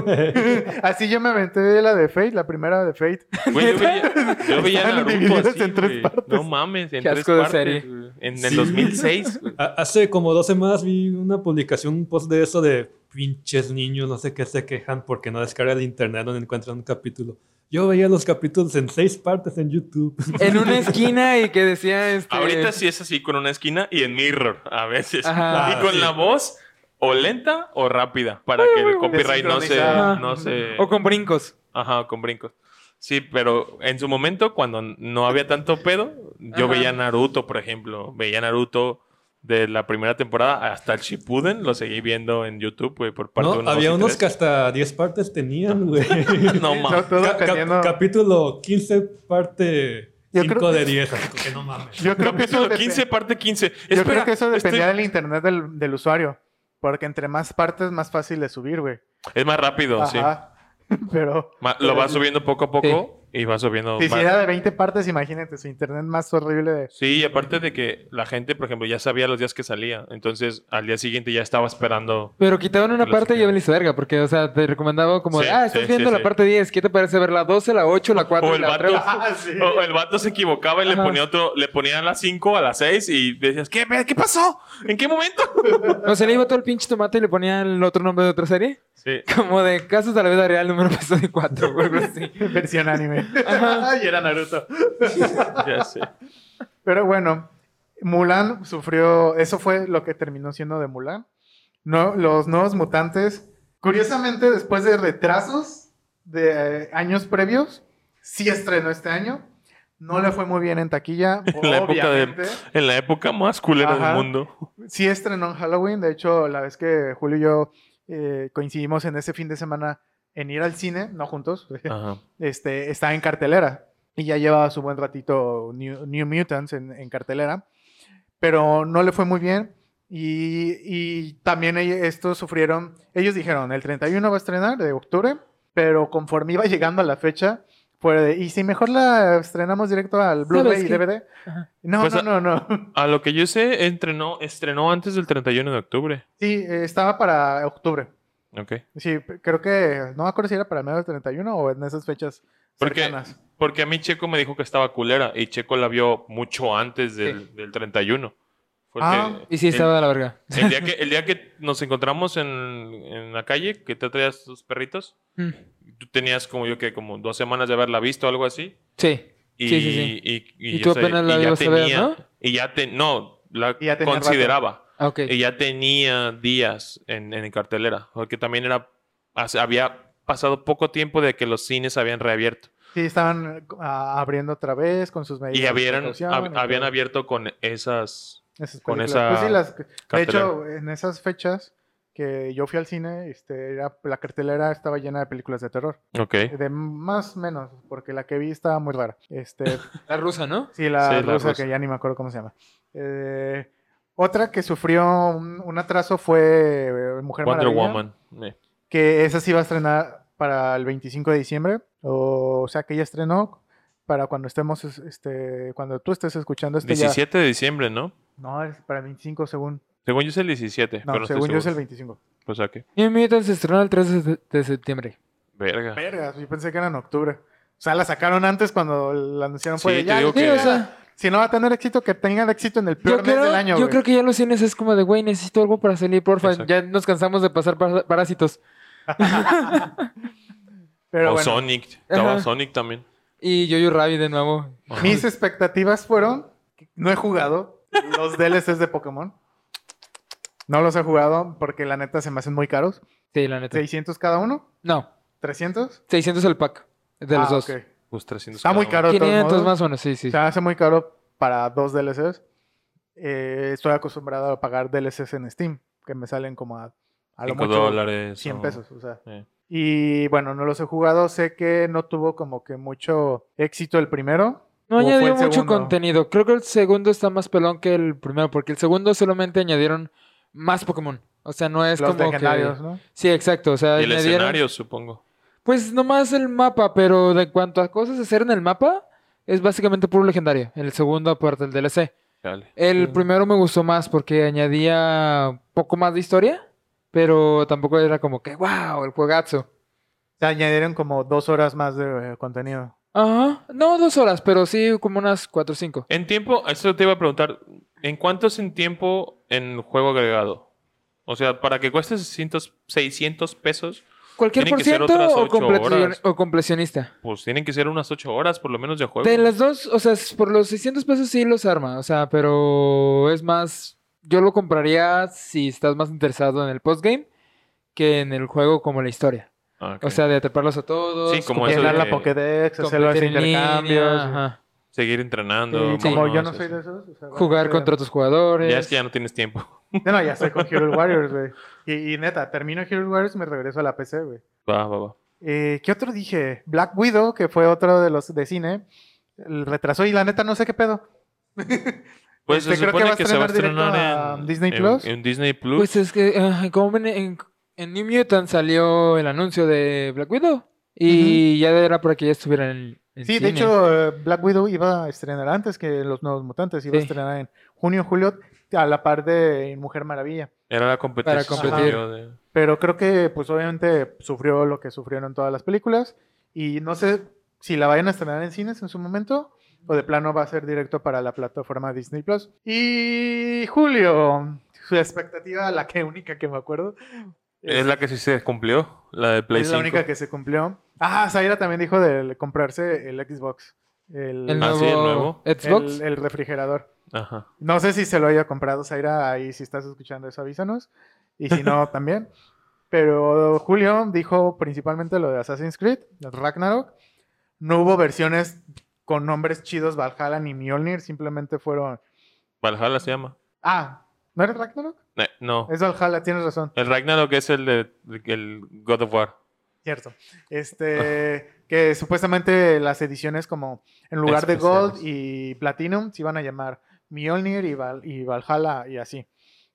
S2: Así yo me aventé de la de Fate, la primera de Fate.
S5: Güey, yo veía, yo veía
S2: Estaban
S5: Naruto
S2: divididas
S5: así,
S2: en tres
S5: güey.
S2: partes.
S5: No mames, en
S3: Qué
S5: tres
S3: asco de
S5: partes.
S3: serie.
S5: güey. En el
S4: Sí.
S5: 2006. güey.
S4: Ha- Hace como dos semanas vi una publicación, un post de eso de pinches niños, no sé qué se quejan porque no descargan el internet, no encuentran un capítulo. Yo veía los capítulos en seis partes en YouTube.
S3: En una esquina y que decía este.
S5: Ahorita sí es así con una esquina y en mirror a veces.
S3: Ajá. Ah,
S5: y con
S4: Sí.
S5: la voz o lenta o rápida para que el copyright no se...
S2: Desincronizada.
S5: No se
S3: O con brincos.
S5: Ajá, con brincos. Sí, pero en su momento, cuando no había tanto pedo, yo
S3: Ajá.
S5: veía Naruto, por ejemplo. Veía Naruto de la primera temporada hasta el Shippuden. Lo seguí viendo en YouTube, güey, por parte
S4: No,
S5: uno, dos
S4: había
S5: y
S4: unos que
S5: tres.
S4: hasta 10 partes tenían, güey.
S2: No,
S5: No mames.
S2: todo
S4: Ca- cap-
S2: dependiendo-
S4: capítulo 15, parte
S2: Yo
S4: 5
S2: creo que-
S4: de 10. así como que no mames.
S2: Yo creo que eso,
S5: Capítulo
S2: depe-
S5: 15, parte 15.
S2: yo
S5: Espera,
S2: creo que eso
S5: estoy-
S2: dependía del internet del, del usuario. Porque entre más partes, más fácil de subir, güey.
S5: Es más rápido, Oh, sí.
S2: Ajá. Pero
S5: Ma- Lo vas subiendo poco a poco y vas subiendo
S2: si
S5: más.
S2: era de 20 partes, imagínate, su internet más horrible de...
S5: Sí, y aparte de que la gente, por ejemplo, ya sabía los días que salía. Entonces, al día siguiente ya estaba esperando.
S3: Pero quitaban una
S5: Los
S3: parte y
S5: que-
S3: ya valiste verga, porque, o sea, te recomendaba como,
S5: Sí,
S3: ah, estás
S5: sí,
S3: viendo
S5: sí,
S3: la
S5: sí.
S3: parte 10, ¿qué te parece ver la 12, la 8, la 4
S5: O
S3: y
S5: el
S3: la
S5: vato.
S3: 3?
S2: Ah, sí.
S5: O el vato se equivocaba y le
S3: Ajá.
S5: ponía otro, le ponía a las 5, a las 6 y decías, ¿qué, ¿qué pasó? ¿En qué momento?
S3: O sea, le iba todo el pinche tomate y le ponía el otro nombre de otra serie.
S5: Sí.
S3: Como de Casos de la Vida Real número episodio 4 o algo así.
S2: Versión anime. y era Naruto.
S5: Ya sé.
S2: Pero bueno, Mulan sufrió, eso fue lo que terminó siendo de Mulan. No, los nuevos mutantes, curiosamente después de retrasos de eh, años previos, sí estrenó este año. No le fue muy bien en taquilla,
S5: la época de-
S2: obviamente.
S5: En la época más culera
S2: Ajá.
S5: del mundo.
S2: Sí estrenó en Halloween, de hecho la vez que Julio y yo eh, coincidimos en ese fin de semana en ir al cine, no juntos,
S5: Ajá.
S2: este, está en cartelera. Y ya lleva su buen ratito New, New Mutants en, en cartelera. Pero no le fue muy bien. Y, y también ell- estos sufrieron. Ellos dijeron: el 31 va a estrenar de octubre. Pero conforme iba llegando a la fecha, fue de. Y si mejor la estrenamos directo al Blu-ray y
S3: qué?
S2: DVD.
S3: Ajá.
S2: No,
S5: Pues,
S2: no, no, no.
S5: A lo que yo sé, entrenó, estrenó antes del 31 de octubre.
S2: Sí, eh, estaba para octubre.
S5: Ok.
S2: Sí, p- creo que. No me acuerdo si era para medio del 31 o en esas fechas.
S5: Porque-
S2: cercanas.
S5: Porque a mí Checo me dijo que estaba culera y Checo la vio mucho antes del, del 31. Porque
S2: Ah,
S3: Y sí,
S5: el-
S3: estaba de la verga.
S5: El, día que, el día que nos encontramos en, en la calle, que te traías tus perritos,
S3: Mm.
S5: tú tenías como yo que como dos semanas de haberla visto o algo así.
S3: Sí.
S5: Y,
S3: Sí, sí, sí.
S5: Y,
S3: Y tú
S5: o sea,
S3: apenas la
S5: y ya
S3: ibas a ver,
S5: tenía-
S3: ¿no?
S5: Y ya te, no, la
S2: Y ya tenía
S5: consideraba.
S3: Ah, Ok.
S5: Y ya tenía días en, en cartelera. Porque también era, hace- había pasado poco tiempo de que los cines habían reabierto.
S2: Sí, estaban ah, abriendo otra vez con sus medidas.
S5: Y
S2: de
S5: habían,
S2: precaución
S5: hab-
S2: y
S5: habían
S2: todo.
S5: abierto con esas...
S2: Esas
S5: con
S2: películas.
S5: esa
S2: Pues sí, las- de
S5: cartelera.
S2: hecho, en esas fechas que yo fui al cine, este, era- la cartelera estaba llena de películas de terror.
S5: Ok.
S2: De más menos, porque la que vi estaba muy rara. Este,
S3: La rusa, ¿no?
S2: sí, la,
S5: Sí, la
S2: rusa,
S5: rusa.
S2: que ya ni me acuerdo cómo se llama. Eh, otra que sufrió un, un atraso fue eh, Mujer
S5: Wonder
S2: Maravilla,
S5: Woman. Eh.
S2: que esa sí va a estrenar para el 25 de diciembre, o, sea que ya estrenó para cuando estemos, es- este, cuando tú estés escuchando este ya-
S5: 17 de diciembre, ¿no?
S2: No, es para el 25 según.
S5: Según yo es el 17.
S2: No,
S5: pero no estoy
S2: según yo es el
S5: seguro.
S2: 25.
S5: Pues a qué.
S3: New Mutants se estrenó el 13 de- de septiembre.
S5: Verga.
S2: Vergas, yo pensé que era en octubre. O sea, la sacaron antes cuando la anunciaron.
S5: Sí,
S2: fue de,
S5: te
S2: ya,
S5: digo
S2: sí,
S5: que-
S2: o sea, si no va a tener éxito, que tengan éxito en el peor
S3: yo
S2: mes
S3: creo,
S2: del año.
S3: yo
S2: güey.
S3: creo que ya los cines es como de, güey, necesito algo para salir, porfa.
S5: Exacto.
S3: Ya nos cansamos de pasar para- parásitos.
S2: Pero
S5: o
S2: bueno,
S5: Sonic. Estaba
S3: Ajá.
S5: Sonic también.
S3: Y Yoyo Rabbit de nuevo.
S2: mis expectativas fueron, no he jugado los DLCs de Pokémon. No los he jugado porque la neta se me hacen muy caros.
S3: Sí, la neta.
S2: 600 cada uno.
S3: No.
S2: ¿300?
S3: 600 el pack de los
S2: Ah,
S3: dos.
S2: ok.
S5: Pues 300
S2: Está muy
S5: cada
S2: caro. de todos
S3: 500
S2: modos.
S3: más o menos, sí, sí.
S2: Se me hace muy caro para dos DLCs. Eh, estoy acostumbrado a pagar DLCs en Steam, que me salen como a, a lo
S5: uno. Cinco
S2: mucho
S5: dólares.
S2: 100
S5: o-
S2: pesos. O sea.
S5: Eh.
S2: Y bueno, no los he jugado. Sé que no tuvo como que mucho éxito el primero.
S3: No
S2: ¿O fue
S3: añadió
S2: el
S3: mucho
S2: segundo?
S3: contenido. Creo que el segundo está más pelón que el primero, porque el segundo solamente añadieron más Pokémon. O sea, no es
S2: los
S3: como
S2: legendarios,
S3: que...
S2: ¿no?
S3: Sí, exacto. O sea,
S5: Y el
S3: añadieron-
S5: escenario, supongo.
S3: Pues nomás el mapa, pero de cuanto a cosas a hacer en el mapa, es básicamente puro legendario. El segundo, aparte del DLC.
S5: Dale.
S3: El
S5: Sí.
S3: primero me gustó más porque añadía poco más de historia, pero tampoco era como que, wow, el juegazo.
S2: Se añadieron como dos horas más de eh, contenido.
S3: Ajá. No, dos horas, pero sí como unas cuatro o cinco.
S5: En tiempo, eso te iba a preguntar. ¿En cuánto es en tiempo en juego agregado? O sea, para que cueste 600, 600 pesos,
S3: ¿Cualquier
S5: Tienen
S3: por
S5: que ser
S3: ciento
S5: otras
S3: o,
S5: ocho
S3: complecion-
S5: horas.
S3: o completionista?
S5: pues tienen que ser unas 8 horas por lo menos de juego.
S3: De las dos, o sea, es por los 600 pesos sí los arma, o sea, pero es más, yo lo compraría si estás más interesado en el postgame que en el juego como la historia.
S5: Ah, ok.
S3: O sea, de atraparlos a todos.
S5: Sí, como
S3: competir-
S5: eso de-
S2: Llenar la Pokédex, hacer los
S3: competir en línea,
S2: intercambios.
S3: ajá.
S5: Seguir
S2: y-
S5: entrenando.
S2: y como
S5: monos,
S2: yo no
S5: eso.
S2: soy de esos. o sea,
S3: Jugar
S2: realmente-
S3: contra otros jugadores.
S5: Ya es que ya no tienes tiempo.
S2: No, no, ya estoy con Hero Warriors, güey. Y, y neta, termino Hero Warriors y me regreso a la PC, güey.
S5: Va, va, va.
S2: Eh, ¿Qué otro dije? Black Widow, que fue otro de los de cine. El retrasó y la neta no sé qué pedo.
S5: Pues se
S2: Este, creo que
S5: supone
S2: va a
S5: que, se va a
S2: estrenar directo
S5: estrenar
S2: a
S5: en
S2: Disney
S5: en-
S2: Plus.
S5: En Disney Plus.
S3: Pues es que ah, como ven, en, en New Mutant salió el anuncio de Black Widow y ya era para que ya estuvieran en, en
S2: Sí,
S3: cine.
S2: de hecho, eh, Black Widow iba a estrenar antes que Los Nuevos Mutantes. Iba a
S3: Sí.
S2: estrenar en junio, julio, a la par de Mujer Maravilla.
S5: Era la competencia.
S3: Para competir.
S5: Ajá. de-
S2: Pero creo que, pues obviamente, sufrió lo que sufrieron todas las películas. Y no sé si la vayan a estrenar en cines en su momento o de plano va a ser directo para la plataforma Disney Plus. Y Julio, su expectativa, la que única que me acuerdo.
S5: Es la que sí se cumplió, la de Play
S2: es
S5: 5.
S2: la única que se cumplió. Ah, Zaira también dijo de comprarse el Xbox. El,
S3: el
S5: Ah,
S3: nuevo,
S5: sí, el nuevo.
S3: Xbox.
S2: el- el refrigerador.
S5: Ajá.
S2: No sé si se lo haya comprado Zaira ahí, si estás escuchando eso, avísanos. Y si no, también. Pero Julio dijo principalmente lo de Assassin's Creed, el Ragnarok. No hubo versiones con nombres chidos Valhalla ni Mjolnir, simplemente fueron...
S5: Valhalla se llama.
S2: Ah, ¿no era Ragnarok?
S5: Ne- No.
S2: Es Valhalla, tienes razón.
S5: El Ragnarok es el de el God of War.
S2: Cierto. Este, que supuestamente las ediciones como en lugar de
S5: Especiales.
S2: Gold y Platinum se iban a llamar Mjolnir y, Val- y Valhalla y así.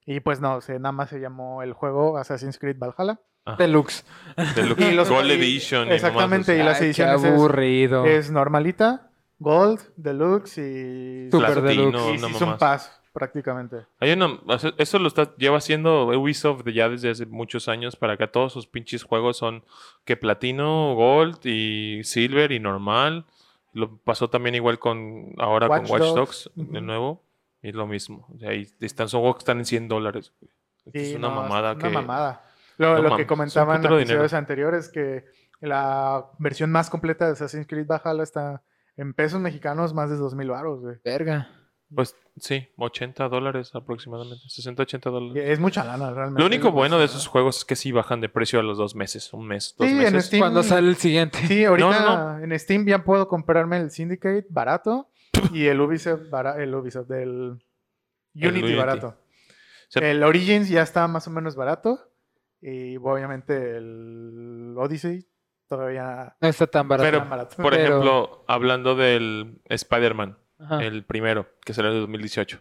S2: Y pues no, se, nada más se llamó el juego Assassin's Creed Valhalla.
S3: Deluxe.
S5: De
S2: Y los-
S5: Gold
S2: y-
S5: Edition.
S2: exactamente,
S5: Y
S2: y
S5: nomás,
S2: las
S3: Ay,
S2: ediciones es-
S3: Qué aburrido.
S2: Es normalita, Gold, Deluxe y...
S3: Super
S5: Platino,
S3: deluxe.
S2: y
S5: no
S2: Season
S5: mamás.
S2: Pass, prácticamente.
S5: Hay una- eso- eso lo está, lleva haciendo Ubisoft ya desde hace muchos años para acá. Todos sus pinches juegos son que platino, gold y silver y normal. Lo pasó también igual con ahora
S2: Watch
S5: con Watch
S2: Dogs.
S5: Dogs,
S2: Ujú.
S5: de nuevo. Y es lo mismo. O sea, ahí están, son juegos que están en 100 dólares. güey. Esto
S2: Sí,
S5: es una
S2: no,
S5: mamada
S2: una
S5: que...
S2: mamada. Lo, lo
S5: No mames,
S2: que
S5: es un
S2: comentaban en
S5: putero de
S2: episodios anteriores, que la versión más completa de Assassin's Creed Valhalla está en pesos mexicanos más de 2.000 baros, güey.
S3: Verga.
S5: Pues sí, 80 dólares aproximadamente. 60, 80
S2: Y
S5: dólares.
S2: Eh, Es mucha lana, realmente.
S5: Lo único
S2: es mucha
S5: bueno de
S2: lana.
S5: esos juegos es que sí bajan de precio a los dos meses. Un mes, dos
S2: Sí, en este
S5: meses.
S2: Steam.
S3: Cuando sale el siguiente.
S2: Sí, ahorita
S5: no,
S2: en Steam ya puedo comprarme el Syndicate barato y el Ubisoft, bara- el Ubisoft del
S5: El
S2: Unity,
S5: Unity.
S2: barato.
S5: Se-
S2: El Origins ya está más o menos barato y obviamente el Odyssey todavía
S3: No está tan barato.
S5: Pero,
S2: está barato.
S5: Por
S3: Pero-
S5: ejemplo, hablando del Spider-Man,
S3: Ajá.
S5: el primero, que salió en el 2018.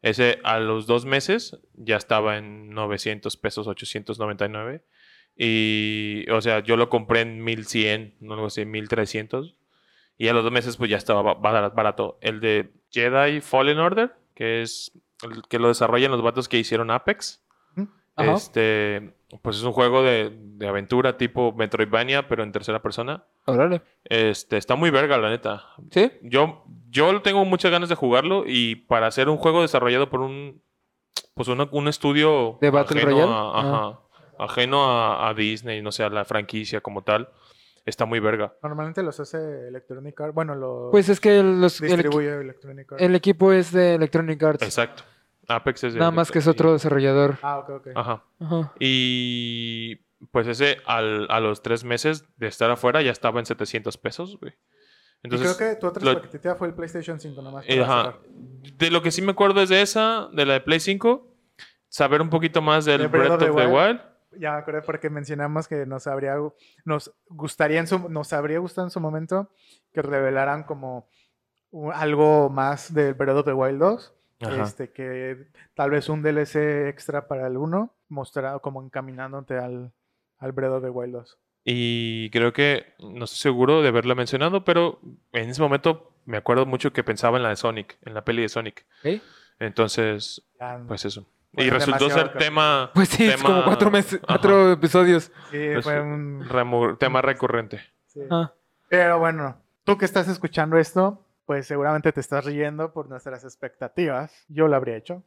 S5: Ese a los dos meses ya estaba en 900 pesos, 899. Y, o sea, yo lo compré en 1100, no lo sé, 1300. Y a los dos meses, pues ya estaba ba- ba- barato. El de Jedi Fallen Order, que es el que lo desarrollan los vatos que hicieron Apex.
S3: Ajá.
S5: Este, pues es un juego de, de aventura tipo Metroidvania, pero en tercera persona.
S3: Órale.
S5: Este, está muy verga, la neta.
S3: ¿Sí?
S5: Yo, yo tengo muchas ganas de jugarlo y para hacer un juego desarrollado por un, pues una- un estudio
S3: ¿De Battle
S5: ajeno,
S3: Royale? Ah.
S5: a, ajá, ajeno a, a Disney, no sé, a la franquicia como tal, está muy verga.
S2: Normalmente los hace Electronic Arts. Bueno, los
S3: Pues es que los- el, equi-
S2: distribuye Electronic Arts.
S3: el equipo es de Electronic Arts.
S5: Exacto. Apex es de-
S3: Nada más que es otro desarrollador.
S2: Ah, ok, ok.
S5: Ajá.
S3: Ajá.
S5: Y pues ese al- a los tres meses de estar afuera ya estaba en 700 pesos, güey. Entonces,
S2: y creo que tu otra
S5: lo-
S2: expectativa fue el PlayStation 5 nomás.
S5: eh,
S2: para
S5: ajá.
S2: cerrar.
S5: De lo que sí me acuerdo es de esa, de la de Play 5, saber un poquito más del
S2: De
S5: Breath of the Wild.
S2: Ya me acordé porque mencionamos que nos habría, gu- nos gustaría en su, nos habría gustado en su momento que revelaran como u- algo más del Breath of the Wild 2.
S5: Ajá.
S2: Este, que tal vez un DLC extra para el 1 mostrado como encaminándote al, al Breath of the Wild 2.
S5: Y creo que no estoy seguro de haberla mencionado, pero en ese momento me acuerdo mucho que pensaba en la de Sonic, en la peli de Sonic.
S3: ¿Ok?
S5: Entonces,
S2: Ya,
S5: pues eso.
S2: Bueno,
S5: y resultó
S2: demasiado
S5: ser
S2: capítulo.
S5: tema,
S3: Pues sí, es como
S5: Tema-
S3: cuatro meses,
S5: Ajá.
S3: cuatro episodios.
S2: sí,
S5: pues,
S2: fue un-
S5: remu- tema recurrente.
S2: sí.
S3: Ah,
S2: Pero bueno, tú que estás escuchando esto, pues seguramente te estás riendo por nuestras expectativas. Yo lo habría hecho.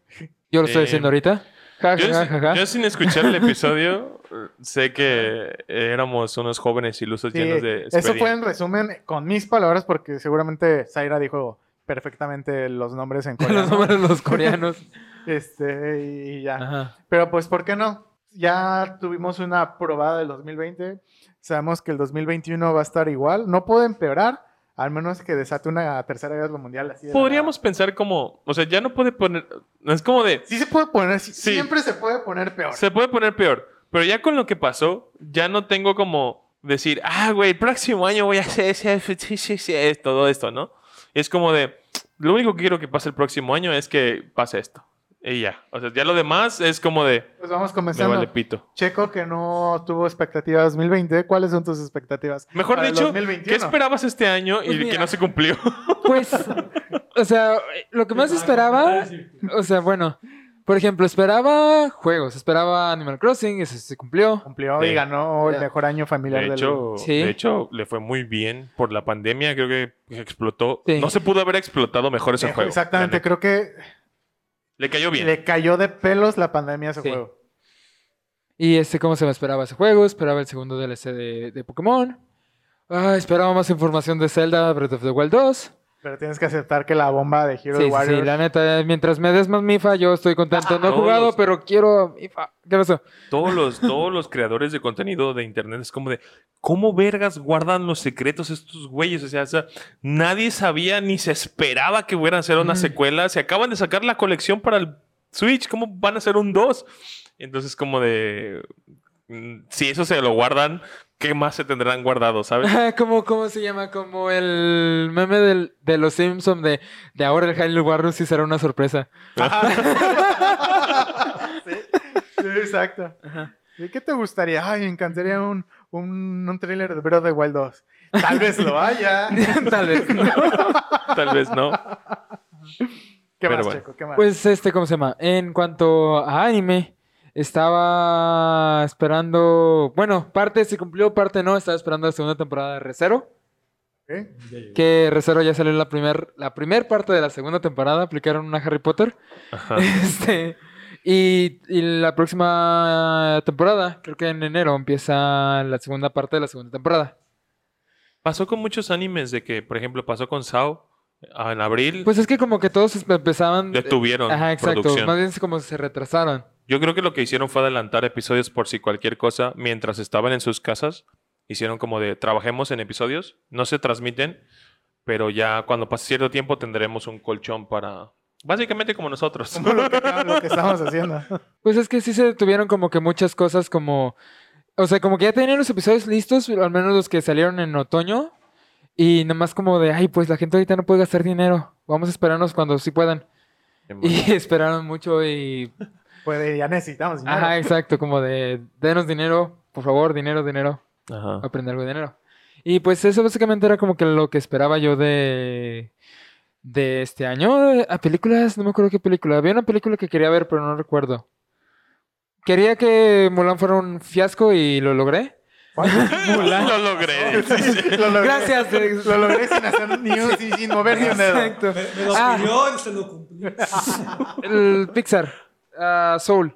S3: yo lo estoy
S5: Eh,
S3: haciendo ahorita. Ja,
S5: Yo,
S3: ja,
S5: sin-
S3: ja, ja.
S5: yo sin escuchar el episodio, eh, sé que éramos unos jóvenes ilusos
S2: Sí,
S5: pues, llenos de
S2: eso fue
S5: experien-
S2: en resumen con mis palabras, porque seguramente Zaira dijo perfectamente los nombres en coreano.
S3: los nombres de los coreanos.
S2: Este, y ya.
S3: Ajá.
S2: Pero pues, ¿por qué no? Ya tuvimos una probada del 2020. Sabemos que el 2021 va a estar igual. No puede empeorar, al menos que desate una tercera guerra mundial. Así de la
S5: Podríamos
S2: nada.
S5: pensar como, o sea, ya no puede poner, no es como de,
S2: Sí se puede poner, sí-
S5: Sí.
S2: siempre se puede poner peor.
S5: se puede poner peor, pero ya con lo que pasó, ya no tengo como decir, ah, güey, el próximo año voy a hacer ese- ese- ese- ese- ese- ese", todo esto, ¿no? Es como de, lo único que quiero que pase el próximo año es que pase esto. Y ya, o sea, ya lo demás es como de,
S2: Pues vamos
S5: me
S2: comenzando.
S5: vale pito.
S2: Checo que no tuvo expectativas 2020. ¿Cuáles son tus expectativas?
S5: Mejor
S2: para el
S5: dicho,
S2: 2021?
S5: ¿qué esperabas este año
S3: Pues
S5: y que
S3: mira.
S5: no se cumplió?
S3: Pues, o sea, lo que más esperaba
S4: Ah,
S3: O sea, bueno, por ejemplo, esperaba juegos, esperaba Animal Crossing, eso se cumplió.
S2: Cumplió y
S5: Sí.
S2: ganó el
S3: Ya.
S2: mejor año familiar
S5: De
S2: del
S5: hecho,
S3: Sí.
S5: de hecho, le fue muy bien por la pandemia. Creo que explotó.
S3: Sí.
S5: No se pudo haber explotado mejor ese
S2: Mejor-
S5: juego. la
S2: Eh, Exactamente,
S5: neta.
S2: creo que
S5: Le cayó bien.
S2: le cayó de pelos la pandemia a ese
S3: Sí.
S2: juego.
S3: Y este, ¿cómo se me esperaba ese juego? Esperaba el segundo DLC de, de Pokémon. Ah, esperaba más información de Zelda Breath of the Wild 2.
S2: Pero tienes que aceptar que la bomba de
S3: Sí,
S2: Hero
S3: sí, sí,
S2: Warrior
S3: la neta, mientras me des más MIFA, yo estoy contento. No he
S5: todos
S3: jugado,
S5: los-
S3: pero quiero MIFA. ¿Qué pasó?
S5: Todos, los, todos los creadores de contenido de internet es como de. ¿Cómo vergas guardan los secretos estos güeyes? O sea, o sea, nadie sabía ni se esperaba que fueran a hacer una
S3: Mm.
S5: secuela. Se acaban de sacar la colección para el Switch. ¿Cómo van a hacer un 2? Entonces, como de. mm, Si eso se lo guardan, ¿qué más se tendrán guardado, sabes?
S3: Ah, ¿Cómo, ¿Cómo se llama? Como el meme del- de los Simpsons de, de ahora el Hyrule Warriors sí será una sorpresa.
S2: Sí, exacto. ¿Y qué te gustaría? Ay, me encantaría un, un, un thriller de Breath of the Wild 2. Tal vez lo haya.
S3: Tal vez, ¿no?
S5: Tal vez no.
S2: ¿Qué
S5: Pero
S2: más,
S5: bueno.
S2: Checo? ¿Qué más?
S3: Pues este, ¿cómo se llama? En cuanto a anime, estaba esperando, bueno, parte se cumplió, parte no, estaba esperando la segunda temporada de Recero,
S2: ¿Eh?
S3: que Recero ya salió la primer, la primer parte de la segunda temporada, aplicaron una Harry Potter.
S5: Ajá.
S3: Este, y, y la próxima temporada, creo que en enero empieza la segunda parte de la segunda temporada.
S5: Pasó con muchos animes de que, por ejemplo, pasó con Sao ah, en abril.
S3: Pues es que como que todos empezaban...
S5: detuvieron
S3: Ajá, exacto.
S5: producción.
S3: Más bien es como se retrasaron.
S5: Yo creo que lo que hicieron fue adelantar episodios por si cualquier cosa mientras estaban en sus casas. Hicieron como de trabajemos en episodios, no se transmiten, pero ya cuando pase cierto tiempo tendremos un colchón para. Básicamente como nosotros.
S2: Como lo que, lo que estamos haciendo.
S3: Pues es que sí se detuvieron como que muchas cosas como... O sea, como que ya tenían los episodios listos, pero al menos los que salieron en otoño. Y nomás como de, ay, pues la gente ahorita no puede gastar dinero. Vamos a esperarnos cuando sí puedan. Y esperaron mucho y...
S2: Pues ya necesitamos dinero.
S3: Ajá, exacto, como de, denos dinero, por favor, dinero, dinero.
S5: Ajá.
S3: Aprender algo de dinero. Y pues eso básicamente era como que lo que esperaba yo de... De este año, eh, a películas, no me acuerdo qué película. Había una película que quería ver, pero no recuerdo. Quería que Mulan fuera un fiasco y lo logré.
S2: ¿Cuál?
S5: Lo logré.
S2: Lo logré.
S3: Gracias.
S2: Lo logré sin hacer ni un, sin, sin mover ni un dedo.
S3: Exacto.
S4: Me lo
S3: Ah.
S4: pidió y se lo cumplió.
S3: El Pixar. ah, Soul.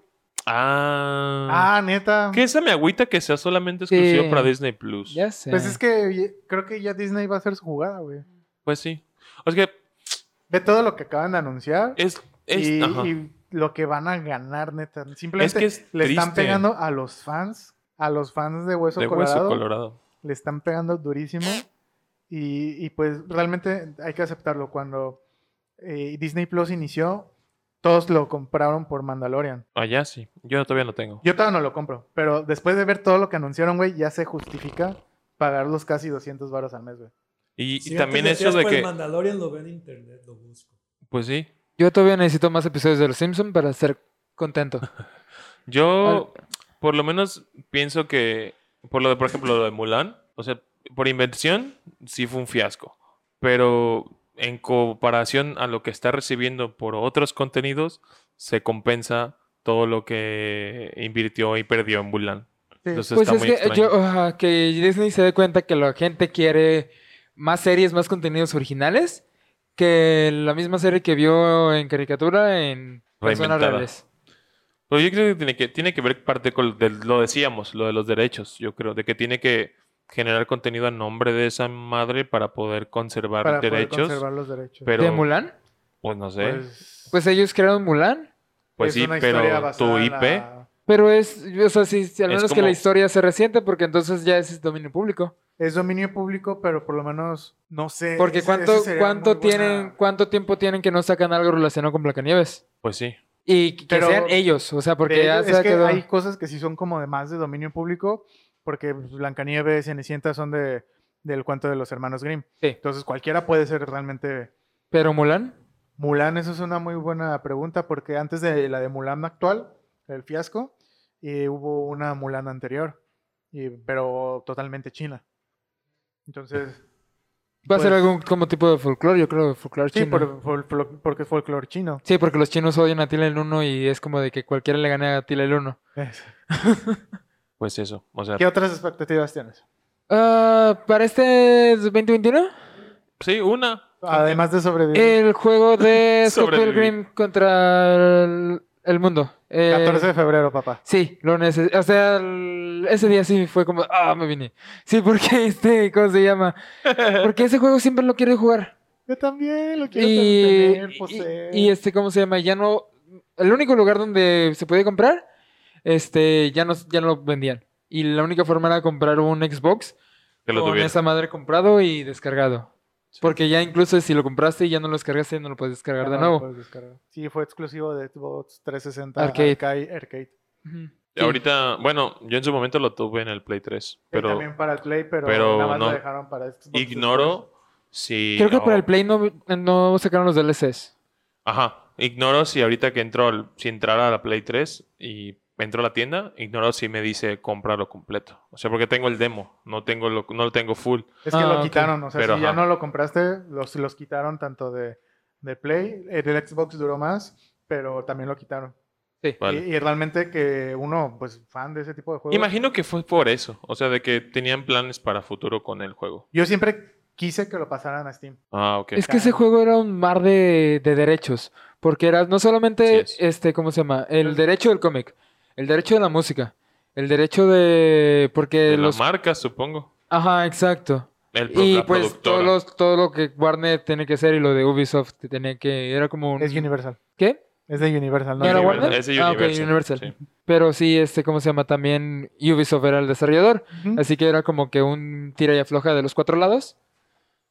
S5: Ah.
S2: Ah, neta.
S5: Que esa me agüita que sea solamente exclusivo
S3: Sí.
S5: para Disney Plus.
S3: Ya sé.
S2: Pues es que ye- creo que ya Disney va a hacer su jugada, güey.
S5: Pues sí. O sea que
S2: Ve todo lo que acaban de anunciar
S5: es. es-
S2: y,
S5: ajá.
S2: y lo que van a ganar, neta. Simplemente
S5: Es que es
S2: le están
S5: triste.
S2: pegando a los fans a los fans de Hueso,
S5: de
S2: Colorado,
S5: hueso colorado.
S2: le están pegando durísimo. Y, y, pues realmente hay que aceptarlo. Cuando eh, Disney Plus inició, todos lo compraron por Mandalorian.
S5: Allá Ah, sí. Yo todavía no tengo.
S2: Yo todavía no lo compro, pero después de ver todo lo que anunciaron, güey, ya se justifica pagar los casi 200 varos al mes, güey.
S5: Y, y
S4: Si
S5: también
S4: antes
S5: eso
S4: decías,
S5: de
S4: "Pues,
S5: que.
S4: Mandalorian lo ve en internet, lo busco.
S5: Pues sí.
S3: Yo todavía necesito más episodios de Los Simpsons para ser contento.
S5: Yo, por lo menos, pienso que. Por lo de, por ejemplo, lo de Mulan. O sea, por inversión, sí fue un fiasco. Pero en comparación a lo que está recibiendo por otros contenidos, se compensa todo lo que invirtió y perdió en Mulan. Entonces
S3: Pues
S5: está
S3: es
S5: muy
S3: que
S5: extraño.
S3: yo, ajá, que Disney se dé cuenta que la gente quiere más series, más contenidos originales que la misma serie que vio en caricatura en personas
S5: Reinventada.
S3: reales.
S5: Pero yo creo que tiene que, tiene que ver parte con lo de- lo decíamos, lo de los derechos, yo creo, de que tiene que generar contenido a nombre de esa madre para poder conservar
S2: Para poder
S5: derechos.
S2: conservar los derechos.
S5: Pero,
S3: ¿De Mulan?
S5: pues no sé, pues,
S2: Pues,
S3: Pues ellos crearon Mulan,
S2: es
S5: sí,
S2: una historia
S5: pero
S2: basada
S5: tu
S2: en
S5: IP,
S2: la-
S3: pero es, o sea, sí, sí, al
S5: Es
S3: menos que la
S5: como-
S3: historia se resiente porque entonces ya es dominio público.
S2: Es dominio público, pero por lo menos, no sé.
S3: Porque
S2: ese-
S3: cuánto,
S2: ese sería
S3: cuánto
S2: muy buena-
S3: tienen, cuánto tiempo tienen que no sacan algo relacionado con Blancanieves.
S5: pues sí.
S3: Y que
S2: Pero-
S3: sean ellos, o sea, porque
S2: de-
S3: ya
S2: es
S3: se
S2: que
S3: quedó.
S2: hay cosas que sí son como de más de dominio público, porque pues, Blancanieves, Cenicienta son de, del cuento de los hermanos Grimm.
S3: Sí.
S2: Entonces cualquiera puede ser realmente
S3: Pero Mulan,
S2: Mulan, eso es una muy buena pregunta, porque antes de la de Mulan actual, el fiasco, eh, hubo una Mulan anterior, y- pero totalmente china. Entonces,
S3: va a ser
S2: Pues-
S3: algún como tipo de folclore, yo creo, folclore
S2: sí,
S3: chino.
S2: por- por- por- porque es folclore chino.
S3: Sí, porque los chinos odian a Tila el 1 y es como de que cualquiera le gane a Tila el 1.
S5: Pues eso, o sea,
S2: ¿Qué otras expectativas tienes?
S3: Ah, para este 2021,
S5: sí, una.
S2: Además de sobrevivir.
S3: el juego de Scott
S5: Sobreviví.
S3: Pilgrim contra el, el mundo. Eh,
S2: 14 de febrero, papá.
S3: Sí, lo necesito. O sea, el- ese día sí fue como, ah, me vine. Sí, porque este, ¿cómo se llama? Porque ese juego siempre lo quiero jugar.
S2: Yo también lo quiero
S3: y,
S2: tener, pues, eh.
S3: y-
S2: poseer.
S3: y este, ¿cómo se llama? Ya no. El único lugar donde se podía comprar, este, ya no, ya no lo vendían. Y la única forma era comprar un Xbox
S5: Que lo
S3: con
S5: tuviera.
S3: esa madre comprado y descargado. Porque ya incluso si lo compraste y ya no lo descargaste, no lo puedes
S2: Ya
S3: descargar
S2: no
S3: de
S2: lo
S3: nuevo.
S2: puedes descargar. Sí, fue exclusivo de Xbox 360
S3: Arcade.
S2: Arcade. Arcade.
S3: Ujú. Sí.
S5: Ahorita, bueno, yo en su momento lo tuve en el Play 3,
S2: Pero,
S5: pero
S2: también para el Play, pero,
S5: pero
S2: nada más
S5: no.
S2: lo dejaron para Xbox.
S5: ignoro si...
S3: Creo que para el
S5: oh,
S3: Play no, no sacaron los DLCs.
S5: Ajá. Ignoro si ahorita que entro, al- si entrara a la Play 3 y entro a la tienda, ignoro si me dice comprarlo completo. O sea, porque tengo el demo, no tengo lo, no lo tengo full.
S2: Es que
S3: Ah,
S2: lo
S3: ok.
S2: quitaron, o sea,
S5: Pero
S2: si ya
S5: ajá.
S2: no lo compraste, los, los quitaron tanto de, de Play, eh, del Xbox duró más, pero también lo quitaron.
S3: Sí.
S5: Vale.
S2: Y, y realmente que uno, pues, fan de ese tipo de juegos.
S5: Imagino que fue por eso. O sea, de que tenían planes para futuro con el juego.
S2: Yo siempre quise que lo pasaran a Steam.
S5: Ah, ok.
S3: Es que ese juego era un mar de, de derechos, porque era no solamente,
S5: Sí es.
S3: este, ¿cómo se llama? El
S2: Los-
S3: derecho del cómic, el derecho de la música, el derecho de... porque
S5: De
S3: los...
S5: las marcas, supongo.
S3: Ajá, exacto.
S5: El pro-
S3: Y
S5: la
S3: pues todos
S5: productora.
S3: los- todo lo que Warner tiene que hacer y lo de Ubisoft que tenía que... Era como un...
S2: Es Universal.
S3: ¿Qué?
S2: Es de Universal, ¿no?
S3: ¿No era
S5: Universal,
S3: Warner?
S5: es de
S3: Ah, ok,
S5: Universal,
S3: Universal.
S5: sí.
S3: Pero sí, este, ¿cómo se llama? También Ubisoft era el desarrollador.
S2: Ujú.
S3: Así que era como que un tira y afloja de los cuatro lados.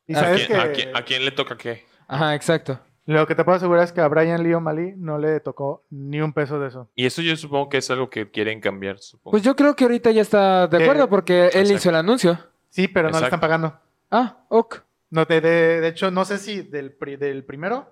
S2: Y
S3: ¿A
S5: ¿A
S2: sabes
S5: quién, a
S2: que
S5: quién- a quién le toca qué?
S3: Ajá, exacto.
S2: lo que te puedo asegurar es que a Brian Lee O'Malley no le tocó ni un peso de eso.
S5: Y eso yo supongo que es algo que quieren cambiar, supongo.
S3: Pues yo creo que ahorita ya está de
S2: Eh,
S3: acuerdo porque él hizo
S5: exacto.
S3: el anuncio.
S2: Sí, pero no le
S5: Exacto.
S2: están pagando.
S3: Ah, ok.
S2: No, de, de, de hecho, no sé si del, pri- del primero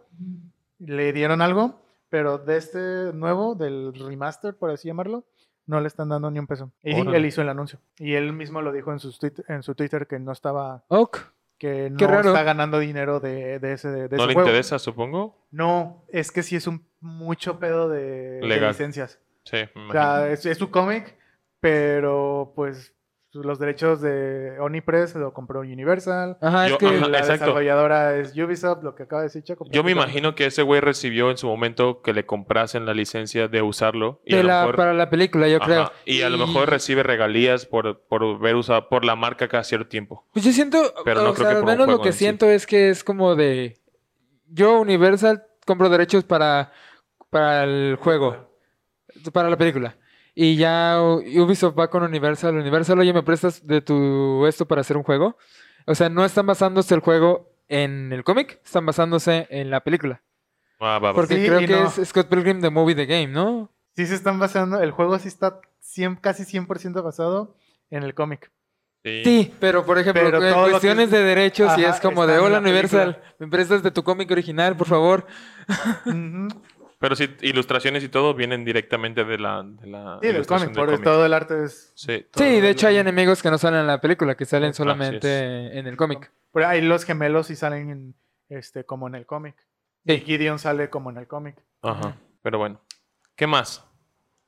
S2: le dieron algo, pero de este nuevo, del remaster, por así llamarlo, no le están dando ni un peso. Y sí,
S5: Órale.
S2: él hizo el anuncio. Y él mismo lo dijo en, sus tuit- en su Twitter que no estaba,
S3: Ok.
S2: que no
S3: Qué raro.
S2: está ganando dinero de, de ese, de
S5: no
S2: ese
S5: le
S2: juego.
S5: interesa, supongo.
S2: No, es que sí es un mucho pedo de, de
S5: Legal.
S2: licencias.
S5: Sí, me
S2: O
S5: imagino.
S2: sea, es, es su cómic, pero pues los derechos de Oni Press lo compró Universal.
S3: Ajá,
S5: Yo-
S3: es que...
S5: ajá.
S2: la
S5: exacto.
S2: desarrolladora es Ubisoft, lo que acaba de decir Chaco.
S5: Yo me imagino que ese güey recibió en su momento que le comprasen la licencia de usarlo. Y
S3: de
S5: a lo
S3: la-
S5: mejor,
S3: para la película, yo
S5: Ajá,
S3: creo.
S5: Y a lo mejor recibe regalías por, por ver usado por la marca cada cierto tiempo.
S3: Pues yo siento,
S5: Pero
S3: o
S5: no creo
S3: sea,
S5: que
S3: al
S5: por un
S3: menos lo
S5: juego
S3: que
S5: en sí.
S3: siento es que es como de... Yo, Universal, compro derechos para, para el juego, para la película. Y ya U- Ubisoft va con Universal. Universal, oye, ¿me prestas de tu esto para hacer un juego? O sea, no están basándose el juego en el cómic, están basándose en la película.
S5: Ah, va, va.
S3: Porque
S2: Sí,
S3: creo
S2: y
S3: que
S2: no.
S3: es Scott Pilgrim The Movie The Game, ¿no?
S2: Sí se están basando, el juego sí está 100, casi 100% basado en el cómic.
S5: Sí.
S3: Sí, pero por ejemplo,
S2: Pero
S3: en
S2: todo lo que
S3: cuestiones
S2: es-
S3: de derechos y
S2: Ajá,
S3: es como
S2: está
S3: de
S2: en
S3: hola
S2: la película".
S3: Universal, me prestas de tu cómic original, por favor.
S2: Ujú.
S5: Pero sí, ilustraciones y todo vienen directamente de la. De la
S2: Sí, del
S5: ilustración
S2: cómic,
S5: del
S2: por
S5: cómic.
S2: todo el arte es...
S5: Sí.
S3: Sí, de hecho hay enemigos que no salen en la película, que
S2: Ah,
S3: salen
S5: Así
S3: solamente en el cómic.
S2: Pero ahí los gemelos sí salen en, este, como en el cómic. Y Gideon sale como en el cómic.
S5: Ajá. Pero bueno. ¿Qué más?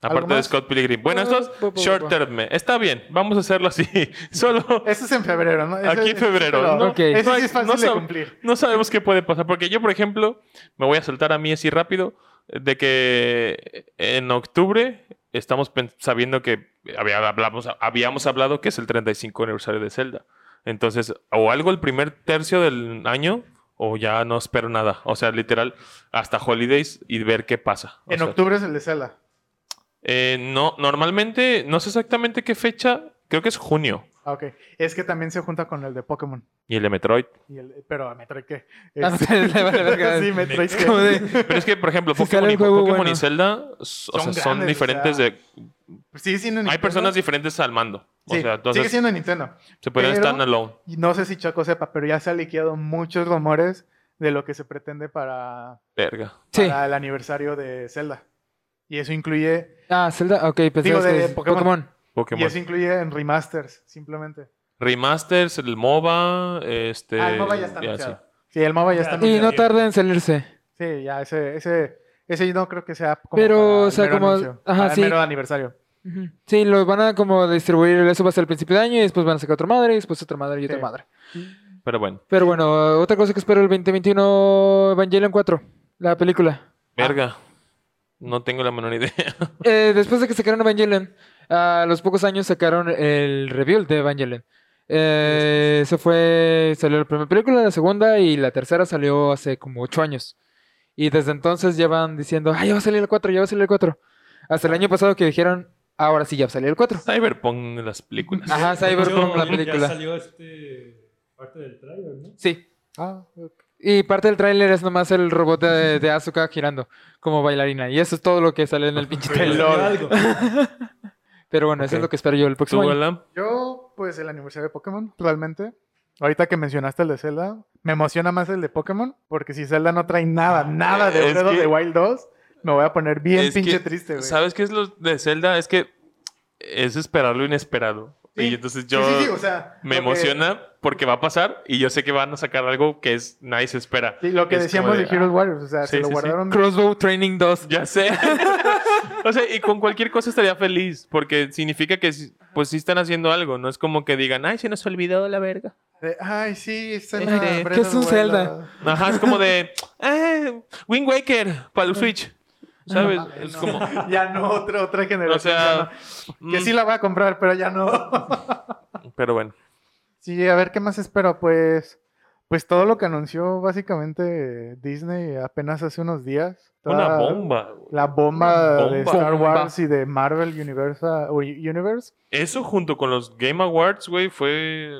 S2: ¿Algo
S5: Aparte de
S2: más?
S5: Scott Pilgrim. Bueno, esto
S3: Bu- bu- bu-
S5: es short
S3: bu-
S5: term. eh, Está bien, vamos a hacerlo así. Solo
S2: Eso es en febrero, ¿no? Ese-
S5: Aquí en febrero,
S2: pero-
S5: ¿no?
S3: Ok.
S2: Ese
S5: No hay-
S2: sí es fácil
S5: no
S2: de
S5: sab-
S2: cumplir.
S5: no sabemos qué puede pasar. Porque yo, por ejemplo, me voy a saltar a mí así rápido de que en octubre estamos pen- sabiendo que había- hablamos, habíamos hablado que es el 35 aniversario de Zelda. Entonces, o algo el primer tercio del año o ya no espero nada. O sea, literal, hasta holidays y ver qué pasa. O
S2: En
S5: sea,
S2: octubre es el de Zelda.
S5: eh, no, normalmente, no sé exactamente qué fecha, creo que es junio.
S2: Ah, ok. Es que también se junta con el de Pokémon.
S5: Y el de Metroid.
S2: Y el- pero a Metroid qué.
S3: Ah,
S2: Este-
S3: le vale verga.
S2: sí, Metroid
S3: Es como
S2: qué.
S3: de-
S5: Pero es que, por ejemplo,
S3: Si
S5: Pokémon,
S3: sale
S5: y,
S3: el juego
S5: Pokémon
S3: bueno.
S5: y Zelda s- o
S2: Son
S5: sea, son
S2: grandes,
S5: diferentes
S2: o sea,
S5: de...
S2: Sigue siendo
S5: Hay
S2: Nintendo.
S5: personas diferentes al mando. O
S2: Sí,
S5: sea,
S2: sigue
S5: entonces
S2: siendo Nintendo.
S5: se pueden
S2: pero-
S5: estar alone.
S2: Y no sé si Chaco sepa, pero ya se han liqueado muchos rumores de lo que se pretende para,
S5: Verga.
S3: Sí.
S2: para el aniversario de Zelda. Y eso incluye,
S3: Ah, Zelda, ok,
S2: Digo,
S3: pensaba
S2: de
S3: que es
S2: Pokémon.
S3: Pokémon.
S2: y
S5: Pokémon.
S2: eso incluye en remasters, simplemente.
S5: Remasters, el MOBA, este...
S2: ah, el MOBA ya está
S5: y así.
S2: anunciado. Sí, el MOBA ya está
S4: Ya,
S3: Y
S2: anunciado.
S3: no tarda en salirse.
S2: Sí, ya ese, ese, ese no creo que sea como
S3: Pero,
S2: para el
S3: o sea,
S2: mero
S3: como-
S2: anuncio,
S3: ajá,
S2: para el
S3: sí.
S2: mero aniversario.
S3: Ujú. Sí, lo van a como distribuir, eso va a ser el principio de año y después van a sacar otra madre y después otra madre y otra
S2: Sí.
S3: madre.
S5: Pero
S2: Ah.
S5: bueno.
S3: Pero bueno, otra cosa que espero el 2021, Evangelion 4, la película.
S5: Verga. No tengo la menor idea.
S3: Eh, después de que sacaron Evangelion, a los pocos años sacaron el review de Evangelion. Eh, se fue, salió la primera película, la segunda y la tercera salió hace como ocho años. Y desde entonces ya van diciendo, ay, ya va a salir el 4, ya va a salir el 4. Hasta el año pasado que dijeron, ahora sí ya va a salir el 4.
S5: Cyberpunk de las
S2: Ah,
S5: películas.
S3: Ajá, Cyberpunk, la
S4: Ya
S3: película.
S4: salió este parte del trailer, ¿no?
S3: Sí.
S2: Ah, ok.
S3: Y parte del tráiler es nomás el robot de, de Asuka girando como bailarina. Y eso es todo lo que sale en el pinche
S4: Pero
S3: tráiler.
S4: salió algo.
S3: Pero bueno, eso
S5: Ok.
S3: es lo que espero yo el
S5: ¿Tú,
S3: próximo año.
S5: Alan?
S2: Yo, pues el aniversario de Pokémon, realmente. Ahorita que mencionaste el de Zelda, me emociona más el de Pokémon, porque si Zelda no trae nada, nada de
S5: Ah, Es
S2: Breath of
S5: que-
S2: the Wild 2, me voy a poner bien
S5: Es que,
S2: pinche triste, güey.
S5: ¿Sabes qué es lo de Zelda? Es que es esperar lo inesperado. Y entonces yo...
S2: Sí, sí, sí, o sea,
S5: me
S2: lo que-
S5: emociona porque va a pasar y yo sé que van a sacar algo que es nadie se espera.
S2: sí, lo que
S5: Es
S2: decíamos
S5: como
S2: de,
S5: de, ah,
S2: Heroes Warriors, o sea,
S5: sí,
S2: se lo
S5: sí, sí.
S2: guardaron.
S3: Crossbow Training 2.
S5: Ya sé. o sea, y con cualquier cosa estaría feliz porque significa que sí- pues sí están haciendo algo, no es como que digan, "Ay, se nos olvidó la verga."
S2: de, Ay, sí, Zelda.
S3: Este,
S2: Breath
S3: ¿qué es
S2: of
S3: un
S2: the Wild
S3: Zelda?
S2: 2".
S5: Ajá, es como de, "Ah, Wind Waker para el Switch." ¿Sabes? es como
S2: Ya no, otra, otra generación.
S5: o sea,
S2: ya no. Que
S5: mm,
S2: sí la voy a comprar, pero ya no.
S5: pero bueno.
S2: Sí, a ver qué más espero, pues. Pues todo lo que anunció básicamente Disney apenas hace unos días. Toda
S5: Una bomba. güey.
S2: La bomba,
S5: Una
S2: de
S5: bomba.
S2: Star
S3: Bomba.
S2: Wars y de Marvel Universa- o Universe.
S5: Eso junto con los Game Awards, güey, fue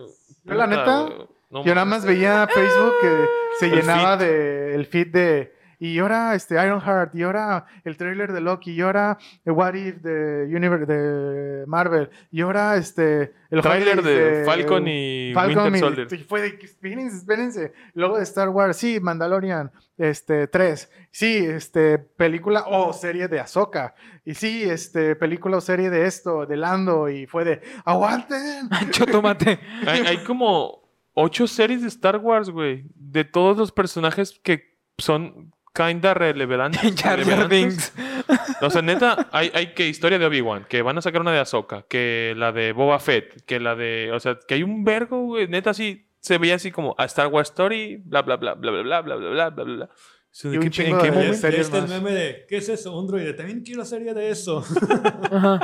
S2: Yo, la
S5: Puta,
S2: neta,
S5: güey, no
S2: Yo nada
S5: mames.
S2: más veía Facebook que se
S5: El
S2: llenaba
S5: feed.
S2: de el feed de y ahora este Ironheart, y ahora el trailer de Loki, y ahora el What If de Univer- de Marvel, y ahora este el
S5: Trailer
S2: Holidays
S5: de Falcon y
S2: Falcon
S5: Winter
S2: y-
S5: Soldier.
S2: y fue de que, espérense, espérense. Luego de Star Wars, sí, Mandalorian, este, 3. Sí, este, película o serie de Ahsoka. Y sí, este, película o serie de esto, de Lando. Y fue de, ¡aguanten!
S3: Yo tomate.
S5: Hay, hay como ocho series de Star Wars, güey. De todos los personajes que son kinda relevantes.
S3: Jar Jar
S5: relevantes.
S3: Binks.
S5: O sea, neta, hay, hay que historia de Obi-Wan, que van a sacar una de Ahsoka, que la de Boba Fett, que la de... O sea, que hay un vergo, güey. Neta, así se veía así como a Star Wars Story, bla, bla, bla, bla, bla, bla, bla, bla, bla, bla, bla. Es
S2: Y
S5: de,
S2: un
S5: ¿qué-
S2: chingo
S5: ¿En qué
S2: de-
S5: momento?
S4: Ya
S2: series
S4: está el
S2: más.
S4: meme de ¿qué este es eso? Un droide. También quiero serie de eso.
S3: Ajá.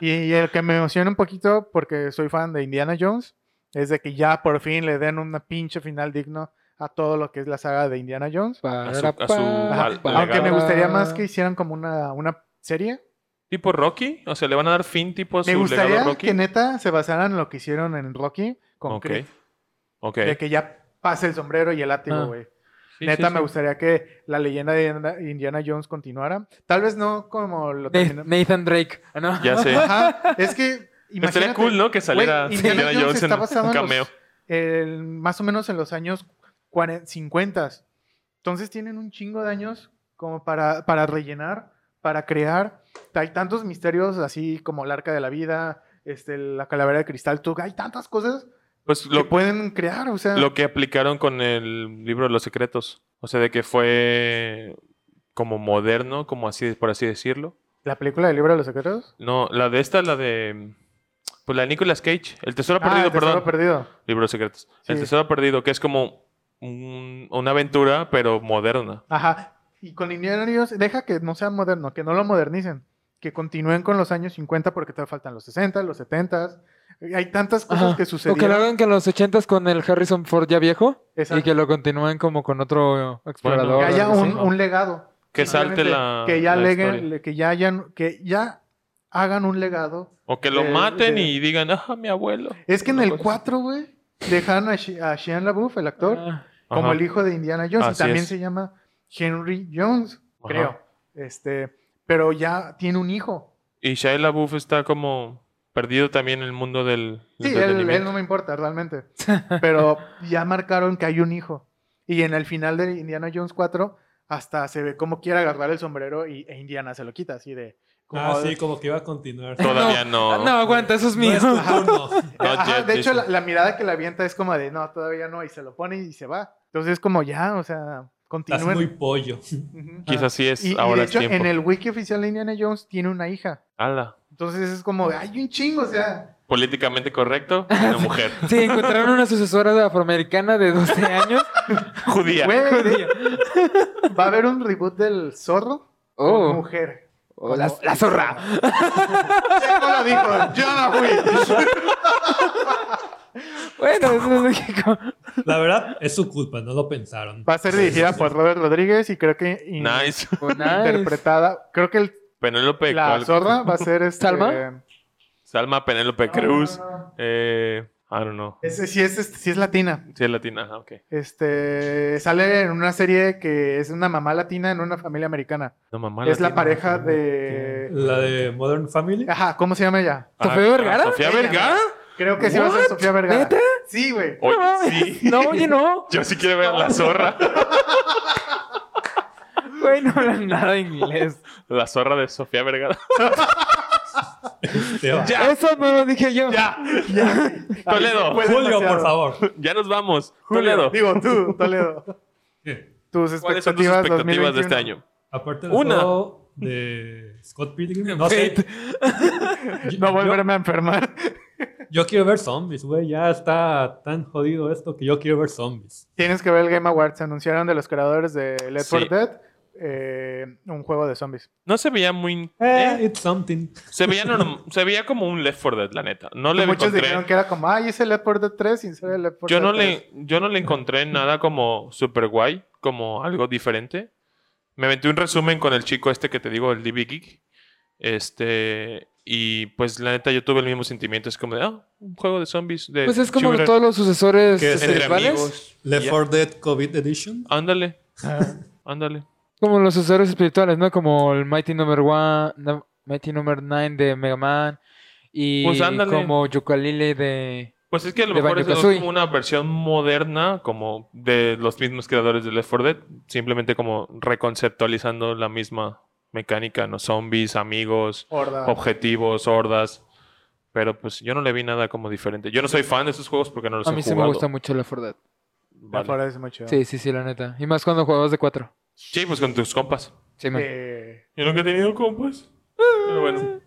S2: Y, y el que me emociona un poquito, porque soy fan de Indiana Jones, es de que ya por fin le den una pinche final digno a todo lo que es la saga de Indiana Jones.
S5: a su-
S3: Para,
S2: Ajá,
S5: al-
S3: para,
S2: Aunque me
S3: para.
S2: gustaría más que hicieran como una, una serie
S5: tipo Rocky? O sea, ¿le van a dar fin tipo
S2: Me
S5: su legado
S2: gustaría
S5: Rocky?
S2: que neta se basaran en lo que hicieron en Rocky con
S5: Ok.
S2: Creed,
S5: Ok.
S2: De que ya pase el sombrero y el látigo,
S3: Ah.
S2: güey.
S5: Sí,
S2: neta,
S5: sí,
S2: me
S5: sí.
S2: gustaría que la leyenda de Indiana- Indiana Jones continuara. Tal vez no como lo
S3: Na-
S2: terminó.
S3: Nathan Drake. Ah, no.
S5: Ya sé.
S2: Ajá, es que imagínate.
S5: Estaría cool, ¿no? Que saliera
S2: güey,
S5: Indiana Jones en
S2: está basado
S5: un
S2: en los-
S5: cameo.
S2: el- más o menos en los años 40, 50. Entonces tienen un chingo de años como para, para rellenar, para crear. Hay tantos misterios así como el arca de la vida, este, la calavera de cristal, tú- hay tantas cosas
S5: Pues
S2: que
S5: lo,
S2: pueden crear. O sea,
S5: lo que aplicaron con el libro de los secretos. O sea, de que fue como moderno, como así, por así decirlo.
S2: la película del libro de los secretos.
S5: No, la de esta, la de. Pues la de Nicolas Cage. El tesoro
S2: Ah,
S5: perdido,
S2: el tesoro
S5: perdón.
S2: perdido.
S5: Libro de secretos. El
S2: Sí.
S5: tesoro perdido, que es como un- una aventura, pero moderna.
S2: Ajá. Y con Indiana Jones, deja que no sea moderno, que no lo modernicen, que continúen con los años 50 porque te faltan los 60, los 70. Hay tantas cosas que
S3: Ajá. O que lo
S2: sucedieron.
S3: hagan que en los 80s con el Harrison Ford ya viejo
S2: Exacto.
S3: y que lo continúen como con otro eh, explorador.
S2: que
S5: Ahora
S2: haya
S5: sí,
S2: un,
S5: ¿no?
S2: un legado.
S5: Que salte
S2: Simplemente
S5: la.
S2: que ya
S5: la
S2: leguen-
S5: historia.
S2: le- que ya hayan- que ya hagan un legado.
S5: O que lo
S2: de-
S5: maten
S2: de-
S5: y digan, ah, mi abuelo.
S2: Es que en
S5: Una
S2: el
S5: cosa
S2: 4, güey, dejaron a, Shi- a Shia LaBeouf, el actor,
S3: Ah,
S2: como
S5: Ajá.
S2: el hijo de Indiana Jones
S5: Así
S2: y también
S5: es.
S2: se llama Henry Jones,
S5: Ajá.
S2: creo. Este, pero ya tiene un hijo.
S5: Y Shia LaBeouf está como perdido también en el mundo del
S2: Sí, él, él
S5: entretenimiento.
S2: no me importa realmente. Pero ya marcaron que hay un hijo. Y en el final de Indiana Jones 4 hasta se ve cómo quiere agarrar el sombrero y e Indiana se lo quita así de como-
S4: Ah, sí, como que iba a continuar.
S5: Todavía no.
S3: Ah, No, aguanta, eso es mío.
S4: No es tu turno.
S5: Not
S2: Ajá,
S5: yet,
S2: de hecho, la,
S5: dicen.
S2: la mirada que la avienta es como de no, todavía no, y se lo pone y se va. Entonces es como ya, o sea,
S4: Estás
S2: continúen.
S4: muy pollo.
S2: Ujú.
S5: Quizás sí es,
S2: Y- y,
S5: ahora
S2: de
S5: es
S2: hecho,
S5: tiempo.
S2: en el wiki oficial de Indiana Jones tiene una hija.
S5: Ala.
S2: Entonces es como, de, hay un chingo, o sea.
S5: Políticamente correcto, una mujer
S3: Sí, encontraron una sucesora afroamericana de 12 años.
S5: judía.
S2: güey, va a haber un reboot del zorro con
S3: Oh,
S2: mujer.
S3: oh, la, la zorra.
S2: Ya no lo dijo, yo no fui.
S3: Bueno, eso es México.
S4: La verdad, es su culpa, no lo pensaron.
S2: Va a ser dirigida por Robert Rodríguez y creo que in-
S5: Nice.
S2: interpretada. Creo que el-
S5: Penélope.
S2: la
S5: ¿cuál?
S2: zorra va a ser este,
S3: ¿Salma?
S5: Salma
S2: Ah.
S5: Penélope Cruz. Eh, I don't know.
S2: Ese sí es, este, sí es latina.
S5: Sí, es latina. Ajá, ok.
S2: Este sale en una serie que es una mamá latina en una familia americana.
S5: No, mamá,
S2: es la
S5: latina.
S2: pareja de.
S4: La de Modern Family.
S2: Ajá, ¿cómo se llama ella?
S5: Ah,
S3: ¿Sofía Vergara?
S5: ¿Sofía
S2: Ella.
S5: Vergara?
S2: Creo que sí va a ser Sofía Vergara.
S3: ¿Neta?
S2: Sí, güey.
S5: Oye,
S3: No,
S5: sí.
S3: No, oye, no.
S5: Yo sí quiero ver a la zorra.
S3: Güey, no hablan nada de inglés.
S5: La zorra de Sofía Vergara.
S4: Te va.
S3: Eso no lo dije yo.
S5: ¡Ya! Toledo.
S2: Fue
S4: Julio,
S2: demasiado.
S4: por favor.
S5: Ya nos vamos.
S2: Julio,
S5: Oh, Toledo.
S2: Digo tú, Toledo. Tus expectativas,
S5: ¿Cuáles son tus expectativas de este
S2: 2021?
S5: año?
S4: Aparte del
S5: Una.
S4: juego de Scott Pilgrim, no sé.
S3: Fate.
S4: Yo-
S2: No volverme a enfermar.
S4: yo, yo quiero ver zombies, güey. Ya está tan jodido esto que yo quiero ver zombies.
S2: Tienes que ver el Game Awards. Se anunciaron de los creadores de Left
S5: Sí.
S2: 4 Dead eh, un juego de zombies.
S5: No se veía muy.
S4: Eh, it's something.
S5: Se veía, norm- se veía como un Left 4 Dead, la neta. No le
S2: Muchos
S5: encontré.
S2: dijeron que era como, ay, es el Left 4 Dead 3 sin ser el Left 4
S5: yo, no
S2: Dead 3".
S5: le, yo no le encontré nada como super guay, como algo diferente. Me aventé un resumen con el chico este que te digo, el DB Geek. Este. Y pues la neta, yo tuve el mismo sentimiento. Es como de, ah, un juego de zombies. De
S3: Pues es como
S5: shooter
S3: todos los sucesores
S4: Que es
S5: entre
S3: espirituales.
S5: amigos.
S4: Left
S5: Ya.
S4: 4 Dead COVID Edition.
S5: Ándale.
S3: Ah.
S5: Ándale.
S3: Como los sucesores espirituales, ¿no? Como el Mighty Number One, no- Mighty Number Nine de Mega Man. Y
S5: Pues ándale.
S3: como Yukalile de.
S5: Pues es que a lo
S3: De
S5: mejor eso es
S3: Banjo-Kazooie.
S5: como una versión moderna, como de los mismos creadores de Left 4 Dead, simplemente como reconceptualizando la misma mecánica, ¿no? Zombies, amigos,
S2: Horda.
S5: objetivos, hordas. Pero pues yo no le vi nada como diferente. Yo no soy fan de esos juegos porque no los
S3: A
S5: he
S3: mí sí
S5: jugado.
S3: me gusta mucho la Fordad.
S5: Vale.
S2: Left 4 Dead es muy chido.
S3: Sí, sí, sí, la neta. Y más cuando jugabas de cuatro.
S5: Sí, pues con tus compas.
S3: Sí, man.
S2: Eh,
S5: Yo nunca he tenido compas. Pero
S2: Ah.
S5: bueno.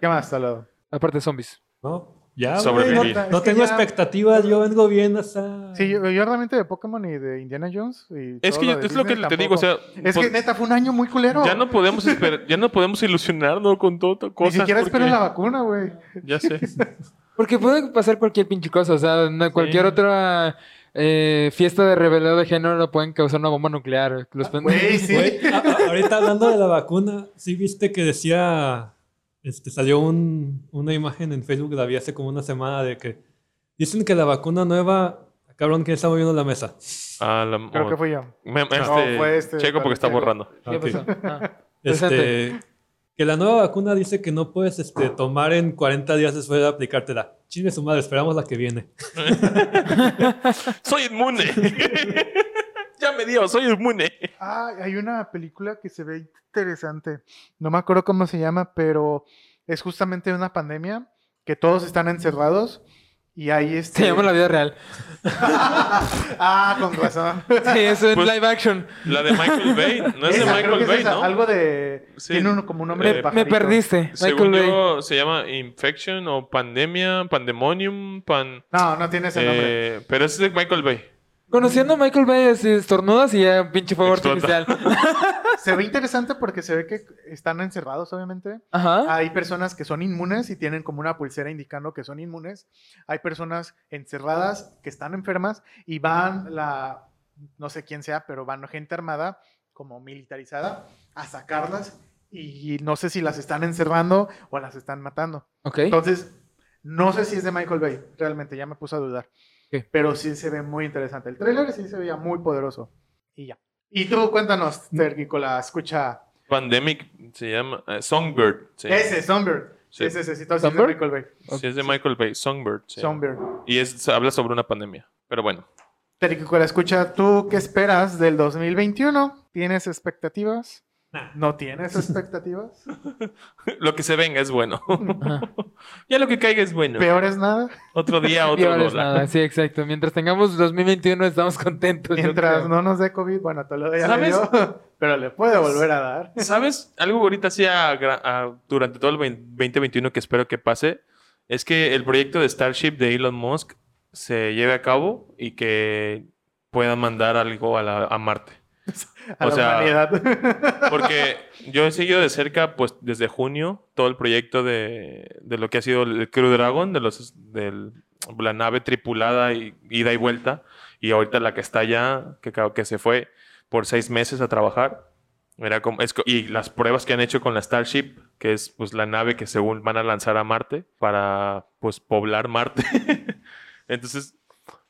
S2: ¿Qué más, Toledo?
S3: Aparte zombies.
S4: No, ya. güey,
S5: Sobrevivir.
S4: no
S5: Es
S4: no
S2: que
S4: tengo
S2: ya-
S4: expectativas, yo vengo bien hasta.
S2: Sí, yo, yo realmente de Pokémon y de Indiana Jones. y
S5: Es
S2: todo
S5: que
S2: de
S5: es lo que
S2: Disney
S5: te digo, o sea,
S2: tampoco. Es que
S5: pues,
S2: neta fue un año muy culero.
S5: ya no podemos esperar, ya no podemos ilusionarnos con todo
S2: Ni
S5: cosas.
S2: siquiera
S5: porque-
S2: esperan la vacuna, güey.
S5: Ya sé.
S3: Porque puede pasar cualquier pinche cosa. O sea, no- cualquier otra eh, fiesta de rebelión de género pueden causar una bomba nuclear.
S5: Ah,
S3: Los pen-
S2: Güey, sí.
S4: Güey, a- a- ahorita hablando de la vacuna, sí viste que decía, este, salió un- una imagen en Facebook, la vi hace como una semana, de que dicen que la vacuna nueva, cabrón, que está moviendo la mesa.
S5: Ah, la-
S2: Creo que fui yo.
S5: Me- este,
S2: fue este,
S5: checo porque está
S2: Checo.
S5: borrando.
S3: ¿Qué
S4: Ok.
S3: pasó? Ah,
S4: Este,
S3: Presente.
S4: que la nueva vacuna dice que no puedes este, tomar en 40 días después de aplicártela. Chingue su madre, esperamos la que viene.
S5: Soy inmune. ya me dio, soy inmune.
S2: Ah, hay una película que se ve interesante. No me acuerdo cómo se llama, pero es justamente una pandemia que todos están encerrados y ahí este...
S3: se llama la vida real.
S2: Ah, con razón.
S3: Sí, eso es
S5: Pues-
S3: live action.
S5: La de Michael Bay. No es de
S2: Esa, creo que
S5: Michael
S2: es
S5: Bay,
S2: esa,
S5: ¿no?
S2: Algo de...
S5: Sí.
S2: Tiene uno como un nombre
S5: Eh,
S2: de
S5: me
S3: Me
S2: pajarito.
S3: perdiste,
S5: Según
S3: Michael Bay.
S5: yo, se llama Infection o Pandemia, Pandemonium, Pan.
S2: No, no tiene ese nombre.
S5: eh, pero ese es de Michael Bay.
S3: Conociendo a Michael Bay, si estornudas y ya pinche fuego
S5: Explota.
S3: artificial.
S2: Se ve interesante porque se ve que están encerrados, obviamente.
S3: Ajá.
S2: Hay personas que son inmunes y tienen como una pulsera indicando que son inmunes. Hay personas encerradas que están enfermas y van la, no sé quién sea, pero van gente armada, como militarizada, a sacarlas y no sé si las están encerrando o las están matando.
S3: Ok.
S2: Entonces, no sé si es de Michael Bay, realmente ya me puse a dudar.
S3: Ok.
S2: Pero sí se ve muy interesante. El tráiler sí se veía muy poderoso. Y ya. Y tú
S3: Mm.
S2: cuéntanos, Tergicola, escucha.
S5: Pandemic se llama. eh, Songbird. se llama.
S2: Ese, Songbird.
S5: Sí.
S2: Ese, ese, sí, todo sí es de
S3: ¿Songbird?
S2: Michael Bay.
S5: Sí, es de Michael Bay. Songbird. se llama.
S2: Songbird.
S5: Y es, se habla sobre una pandemia. Pero bueno.
S2: Tergicola, escucha, ¿tú qué esperas del 2021? ¿Tienes expectativas? ¿No tienes expectativas?
S5: Lo que se venga es bueno.
S3: Ajá.
S5: ya lo que caiga es bueno.
S2: ¿Peor es nada?
S5: Otro día, otro
S3: Peor es
S5: dólar.
S3: nada, Sí, exacto. Mientras tengamos 2021 estamos contentos. Pues yo
S2: Mientras
S3: creo.
S2: no nos dé COVID, bueno, te lo ya le
S5: ¿Sabes?
S2: dio, pero le puede volver a dar.
S5: ¿Sabes? Algo ahorita sí a gra- a- durante todo el 2021 que espero que pase es que el proyecto de Starship de Elon Musk se lleve a cabo y que puedan mandar algo a, la- a Marte.
S2: A
S5: O
S2: la
S5: sea,
S2: humanidad.
S5: Porque yo he seguido de cerca, pues desde junio, todo el proyecto de, de lo que ha sido el Crew Dragon, de los, del- la nave tripulada y ida y vuelta, y ahorita la que está allá, que, ca- que se fue por seis meses a trabajar. Era como, es co- y las pruebas que han hecho con la Starship, que es pues, la nave que según van a lanzar a Marte para pues, poblar Marte. Entonces,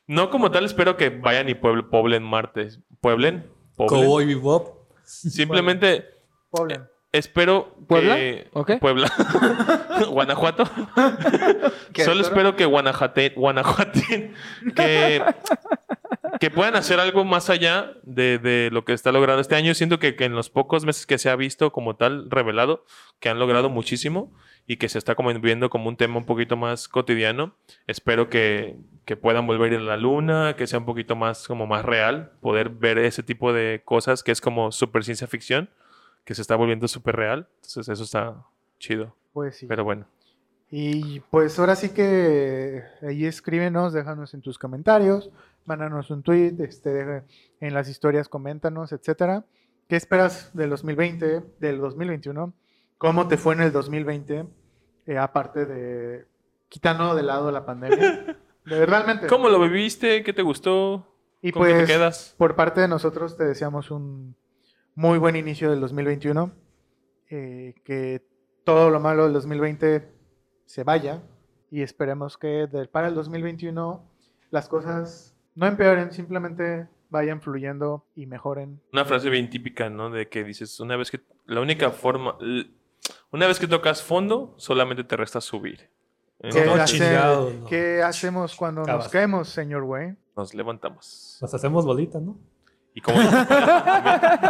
S5: no como tal, espero que vayan y puebl- poblen Marte. ¿Pueblen? Poblen.
S4: Cowboy Bebop.
S5: Simplemente... eh,
S2: Poblen.
S5: Espero
S3: ¿Puebla?
S5: que...
S3: ¿O qué?
S5: Puebla. Guanajuato. Solo espero que Guanajate, Guanajuaten, que, que puedan hacer algo más allá de, de lo que está logrando este año. Siento que, que en los pocos meses que se ha visto como tal, revelado, que han logrado muchísimo y que se está como viendo como un tema un poquito más cotidiano. Espero que, que puedan volver a ir a la luna, que sea un poquito más como más real, poder ver ese tipo de cosas que es como super ciencia ficción, que se está volviendo súper real. Entonces eso está chido,
S2: Pues sí.
S5: pero bueno.
S2: Y pues ahora sí que ahí escríbenos, déjanos en tus comentarios, mándanos un tweet, este, deja- en las historias coméntanos, etcétera. ¿Qué esperas del 2020, del 2021? ¿Cómo te fue en el 2020? Eh, aparte de quitando de lado la pandemia. De- Realmente.
S5: ¿Cómo lo viviste? ¿Qué te gustó?
S2: Y
S5: ¿Con qué
S2: pues
S5: te quedas?
S2: por parte de nosotros te deseamos un muy buen inicio del 2021. eh, que todo lo malo del 2020 se vaya y esperemos que del- para el 2021 las cosas no empeoren, simplemente vayan fluyendo y mejoren.
S5: Una frase bien típica, ¿no? De que dices, una vez que... La única forma... l- Una vez que tocas fondo, solamente te resta subir.
S2: ¿Qué,
S5: Entonces,
S4: no,
S2: hace-
S4: chingado, no.
S2: qué hacemos cuando nos
S4: Acabas.
S2: caemos, señor güey?
S5: nos levantamos.
S4: Nos hacemos bolita, ¿no?
S5: Y como,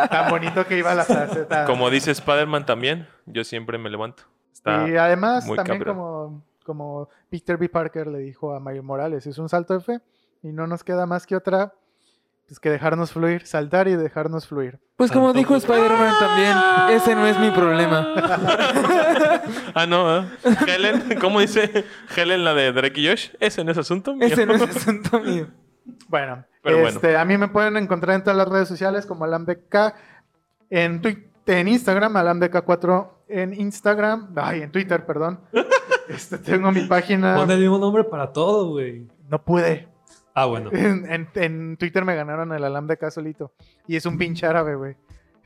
S2: Tan bonito que iba la frase. tan-
S5: como dice Spider-Man también, yo siempre me levanto. Está...
S2: Y además,
S5: muy
S2: también
S5: cabrón.
S2: como, como Peter B. Parker le dijo a Mario Morales, es un salto de fe y no nos queda más que otra pues, que dejarnos fluir, saltar y dejarnos fluir.
S3: Pues como
S4: Tanto-
S3: dijo Spider-Man también, ese no es mi problema.
S5: Ah, no, ¿eh? Helen, ¿cómo dice Helen la de Drake y Josh? Ese no es asunto mío.
S3: Ese no es asunto mío.
S2: Bueno,
S5: Pero bueno.
S2: este, a mí me pueden encontrar en todas las redes sociales como AlamBK, en, Twi- en Instagram, AlamBK4 en Instagram, ay, en Twitter, perdón. Este, tengo mi página.
S4: Pon el mismo nombre para todo, güey.
S2: No pude.
S4: Ah, bueno.
S2: En, en- en Twitter me ganaron el alambre acá solito. Y es un pinche árabe, güey.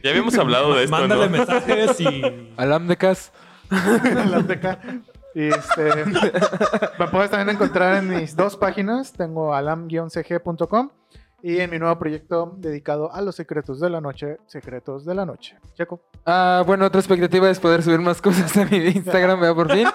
S5: Ya habíamos hablado de esto,
S4: Mándale
S5: ¿no?
S4: mensajes y.
S3: Alam de Cas.
S2: Alambre acá. Y este. me puedes también encontrar en mis dos páginas. Tengo alam-cg.com y en mi nuevo proyecto dedicado a los secretos de la noche, secretos de la noche. Checo.
S3: Ah, bueno, otra expectativa es poder subir más cosas a mi Instagram, vea por fin.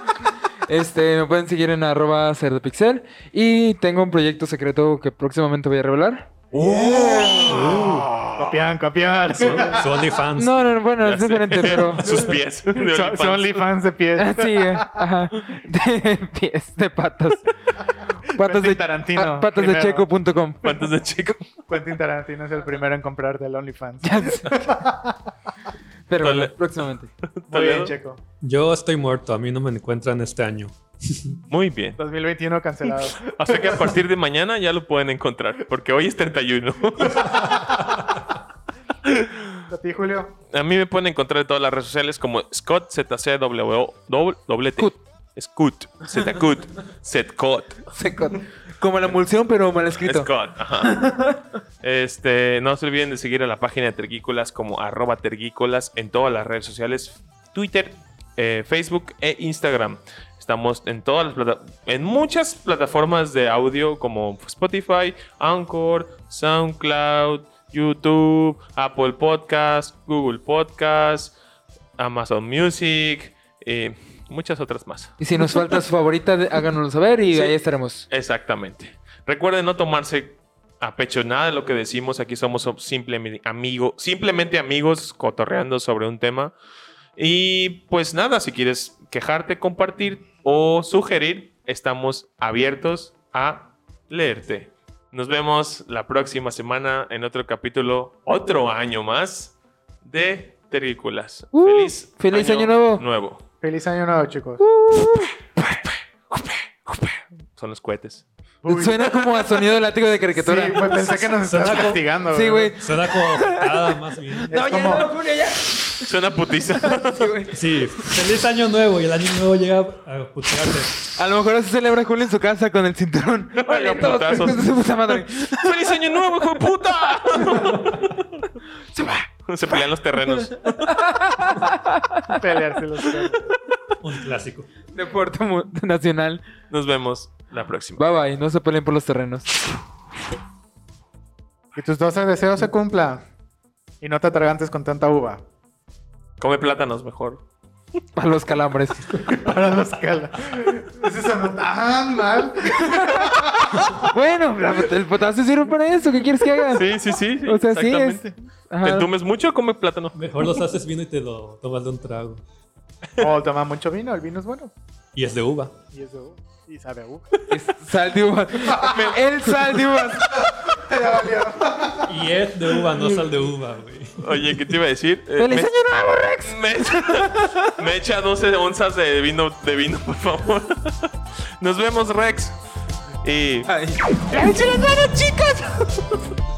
S3: Este, me pueden seguir en arroba cerdopixel. Y tengo un proyecto secreto que próximamente voy a revelar.
S2: Copian, copian.
S4: Sony fans.
S3: No, no, no, bueno,
S5: Ya
S3: es
S5: sé.
S3: diferente, pero.
S5: Sus pies. de
S2: Son
S5: OnlyFans.
S2: son OnlyFans de pies.
S3: Sí, eh, ajá. De pies, de patas. Patas
S2: Quentin
S3: de,
S2: Tarantino,
S3: ah, patas de
S2: primero.
S3: checo.com.
S5: ¿Cuántos de chico?
S2: Quentin Tarantino es el primero en comprarte el OnlyFans.
S3: Ya sé. Pero bueno,
S5: Dale.
S3: próximamente.
S2: Muy bien,
S5: Toledo.
S2: Checo.
S4: Yo estoy muerto, a mí no me encuentran este año.
S5: Muy bien.
S2: 2021 cancelado.
S5: O sea que a partir de mañana ya lo pueden encontrar, porque hoy es 31.
S2: ¿A ti, Julio?
S5: A mí me pueden encontrar en todas las redes sociales como Scott ZCW doble T.
S3: Scut.
S5: Scut, Zcut, Zcot,
S3: Seco. Como la emulsión, pero mal escrito.
S5: Scott. ajá. Este, no se olviden de seguir a la página de Tergícolas como arroba Tergícolas en todas las redes sociales, Twitter, eh, Facebook e Instagram. Estamos en todas las plata- en muchas plataformas de audio como Spotify, Anchor, SoundCloud, YouTube, Apple Podcast, Google Podcast, Amazon Music y muchas otras más.
S3: Y si nos falta su favorita, de- háganoslo saber y
S5: Sí.
S3: ahí estaremos.
S5: Exactamente. Recuerden no tomarse a pecho nada de lo que decimos. Aquí somos simplemente, amigo, simplemente amigos cotorreando sobre un tema. Y pues nada, si quieres quejarte, compartir o sugerir, estamos abiertos a leerte. Nos vemos la próxima semana en otro capítulo, otro año más de Terrícolas.
S3: Uh, feliz año nuevo.
S5: Nuevo.
S2: Feliz año nuevo, chicos.
S5: Son los cohetes.
S2: Uy.
S3: Suena como a sonido de látigo de
S2: Sí,
S3: caricatura.
S2: pues pensé que nos estabas
S4: Suena como-
S2: castigando.
S3: Sí, güey.
S4: Suena como nada más bien.
S2: Es como-
S3: Julio, ya.
S5: Suena putiza.
S3: Sí, güey.
S4: Sí, feliz año nuevo y el año nuevo llega a putearte.
S3: A lo mejor así celebra Julio en su casa con el cinturón. Órale,
S5: Haga
S3: todos,
S5: putazos.
S3: hijos de su puta madre.
S5: ¡Feliz año nuevo, hijo de puta! Se va. Se pelean los terrenos.
S2: pelearse los perros.
S4: Un clásico.
S3: Deporte mu- nacional.
S5: Nos vemos la próxima.
S3: Bye bye, no se peleen por los terrenos.
S2: Que tus 12 deseos se cumplan. Y no te atragantes con tanta uva.
S5: Come plátanos mejor.
S3: A los calambres.
S2: Para los calas. Ese sonó tan mal.
S3: bueno, la- el potasio sirve para eso. ¿Qué quieres que haga?
S5: Sí, sí, sí. sí,
S3: O sea, sí es. Ajá.
S5: Te entumes mucho, come plátano.
S4: Mejor los haces vino y te lo tomas de un trago.
S2: O toma mucho vino, el vino es bueno.
S4: Y es de uva.
S2: Y es de uva. Y sabe a uva.
S3: Es sal de uvas. el sal de uvas.
S4: Y es de uva, no sal de uva, güey.
S5: Oye, ¿qué te iba a decir? Eh,
S3: ¡Feliz año nuevo, Rex!
S5: me, me- me echa 12 onzas de vino, de vino, por favor. Nos vemos, Rex. Y
S3: Ay.
S6: ¡Échenle mano, chicas!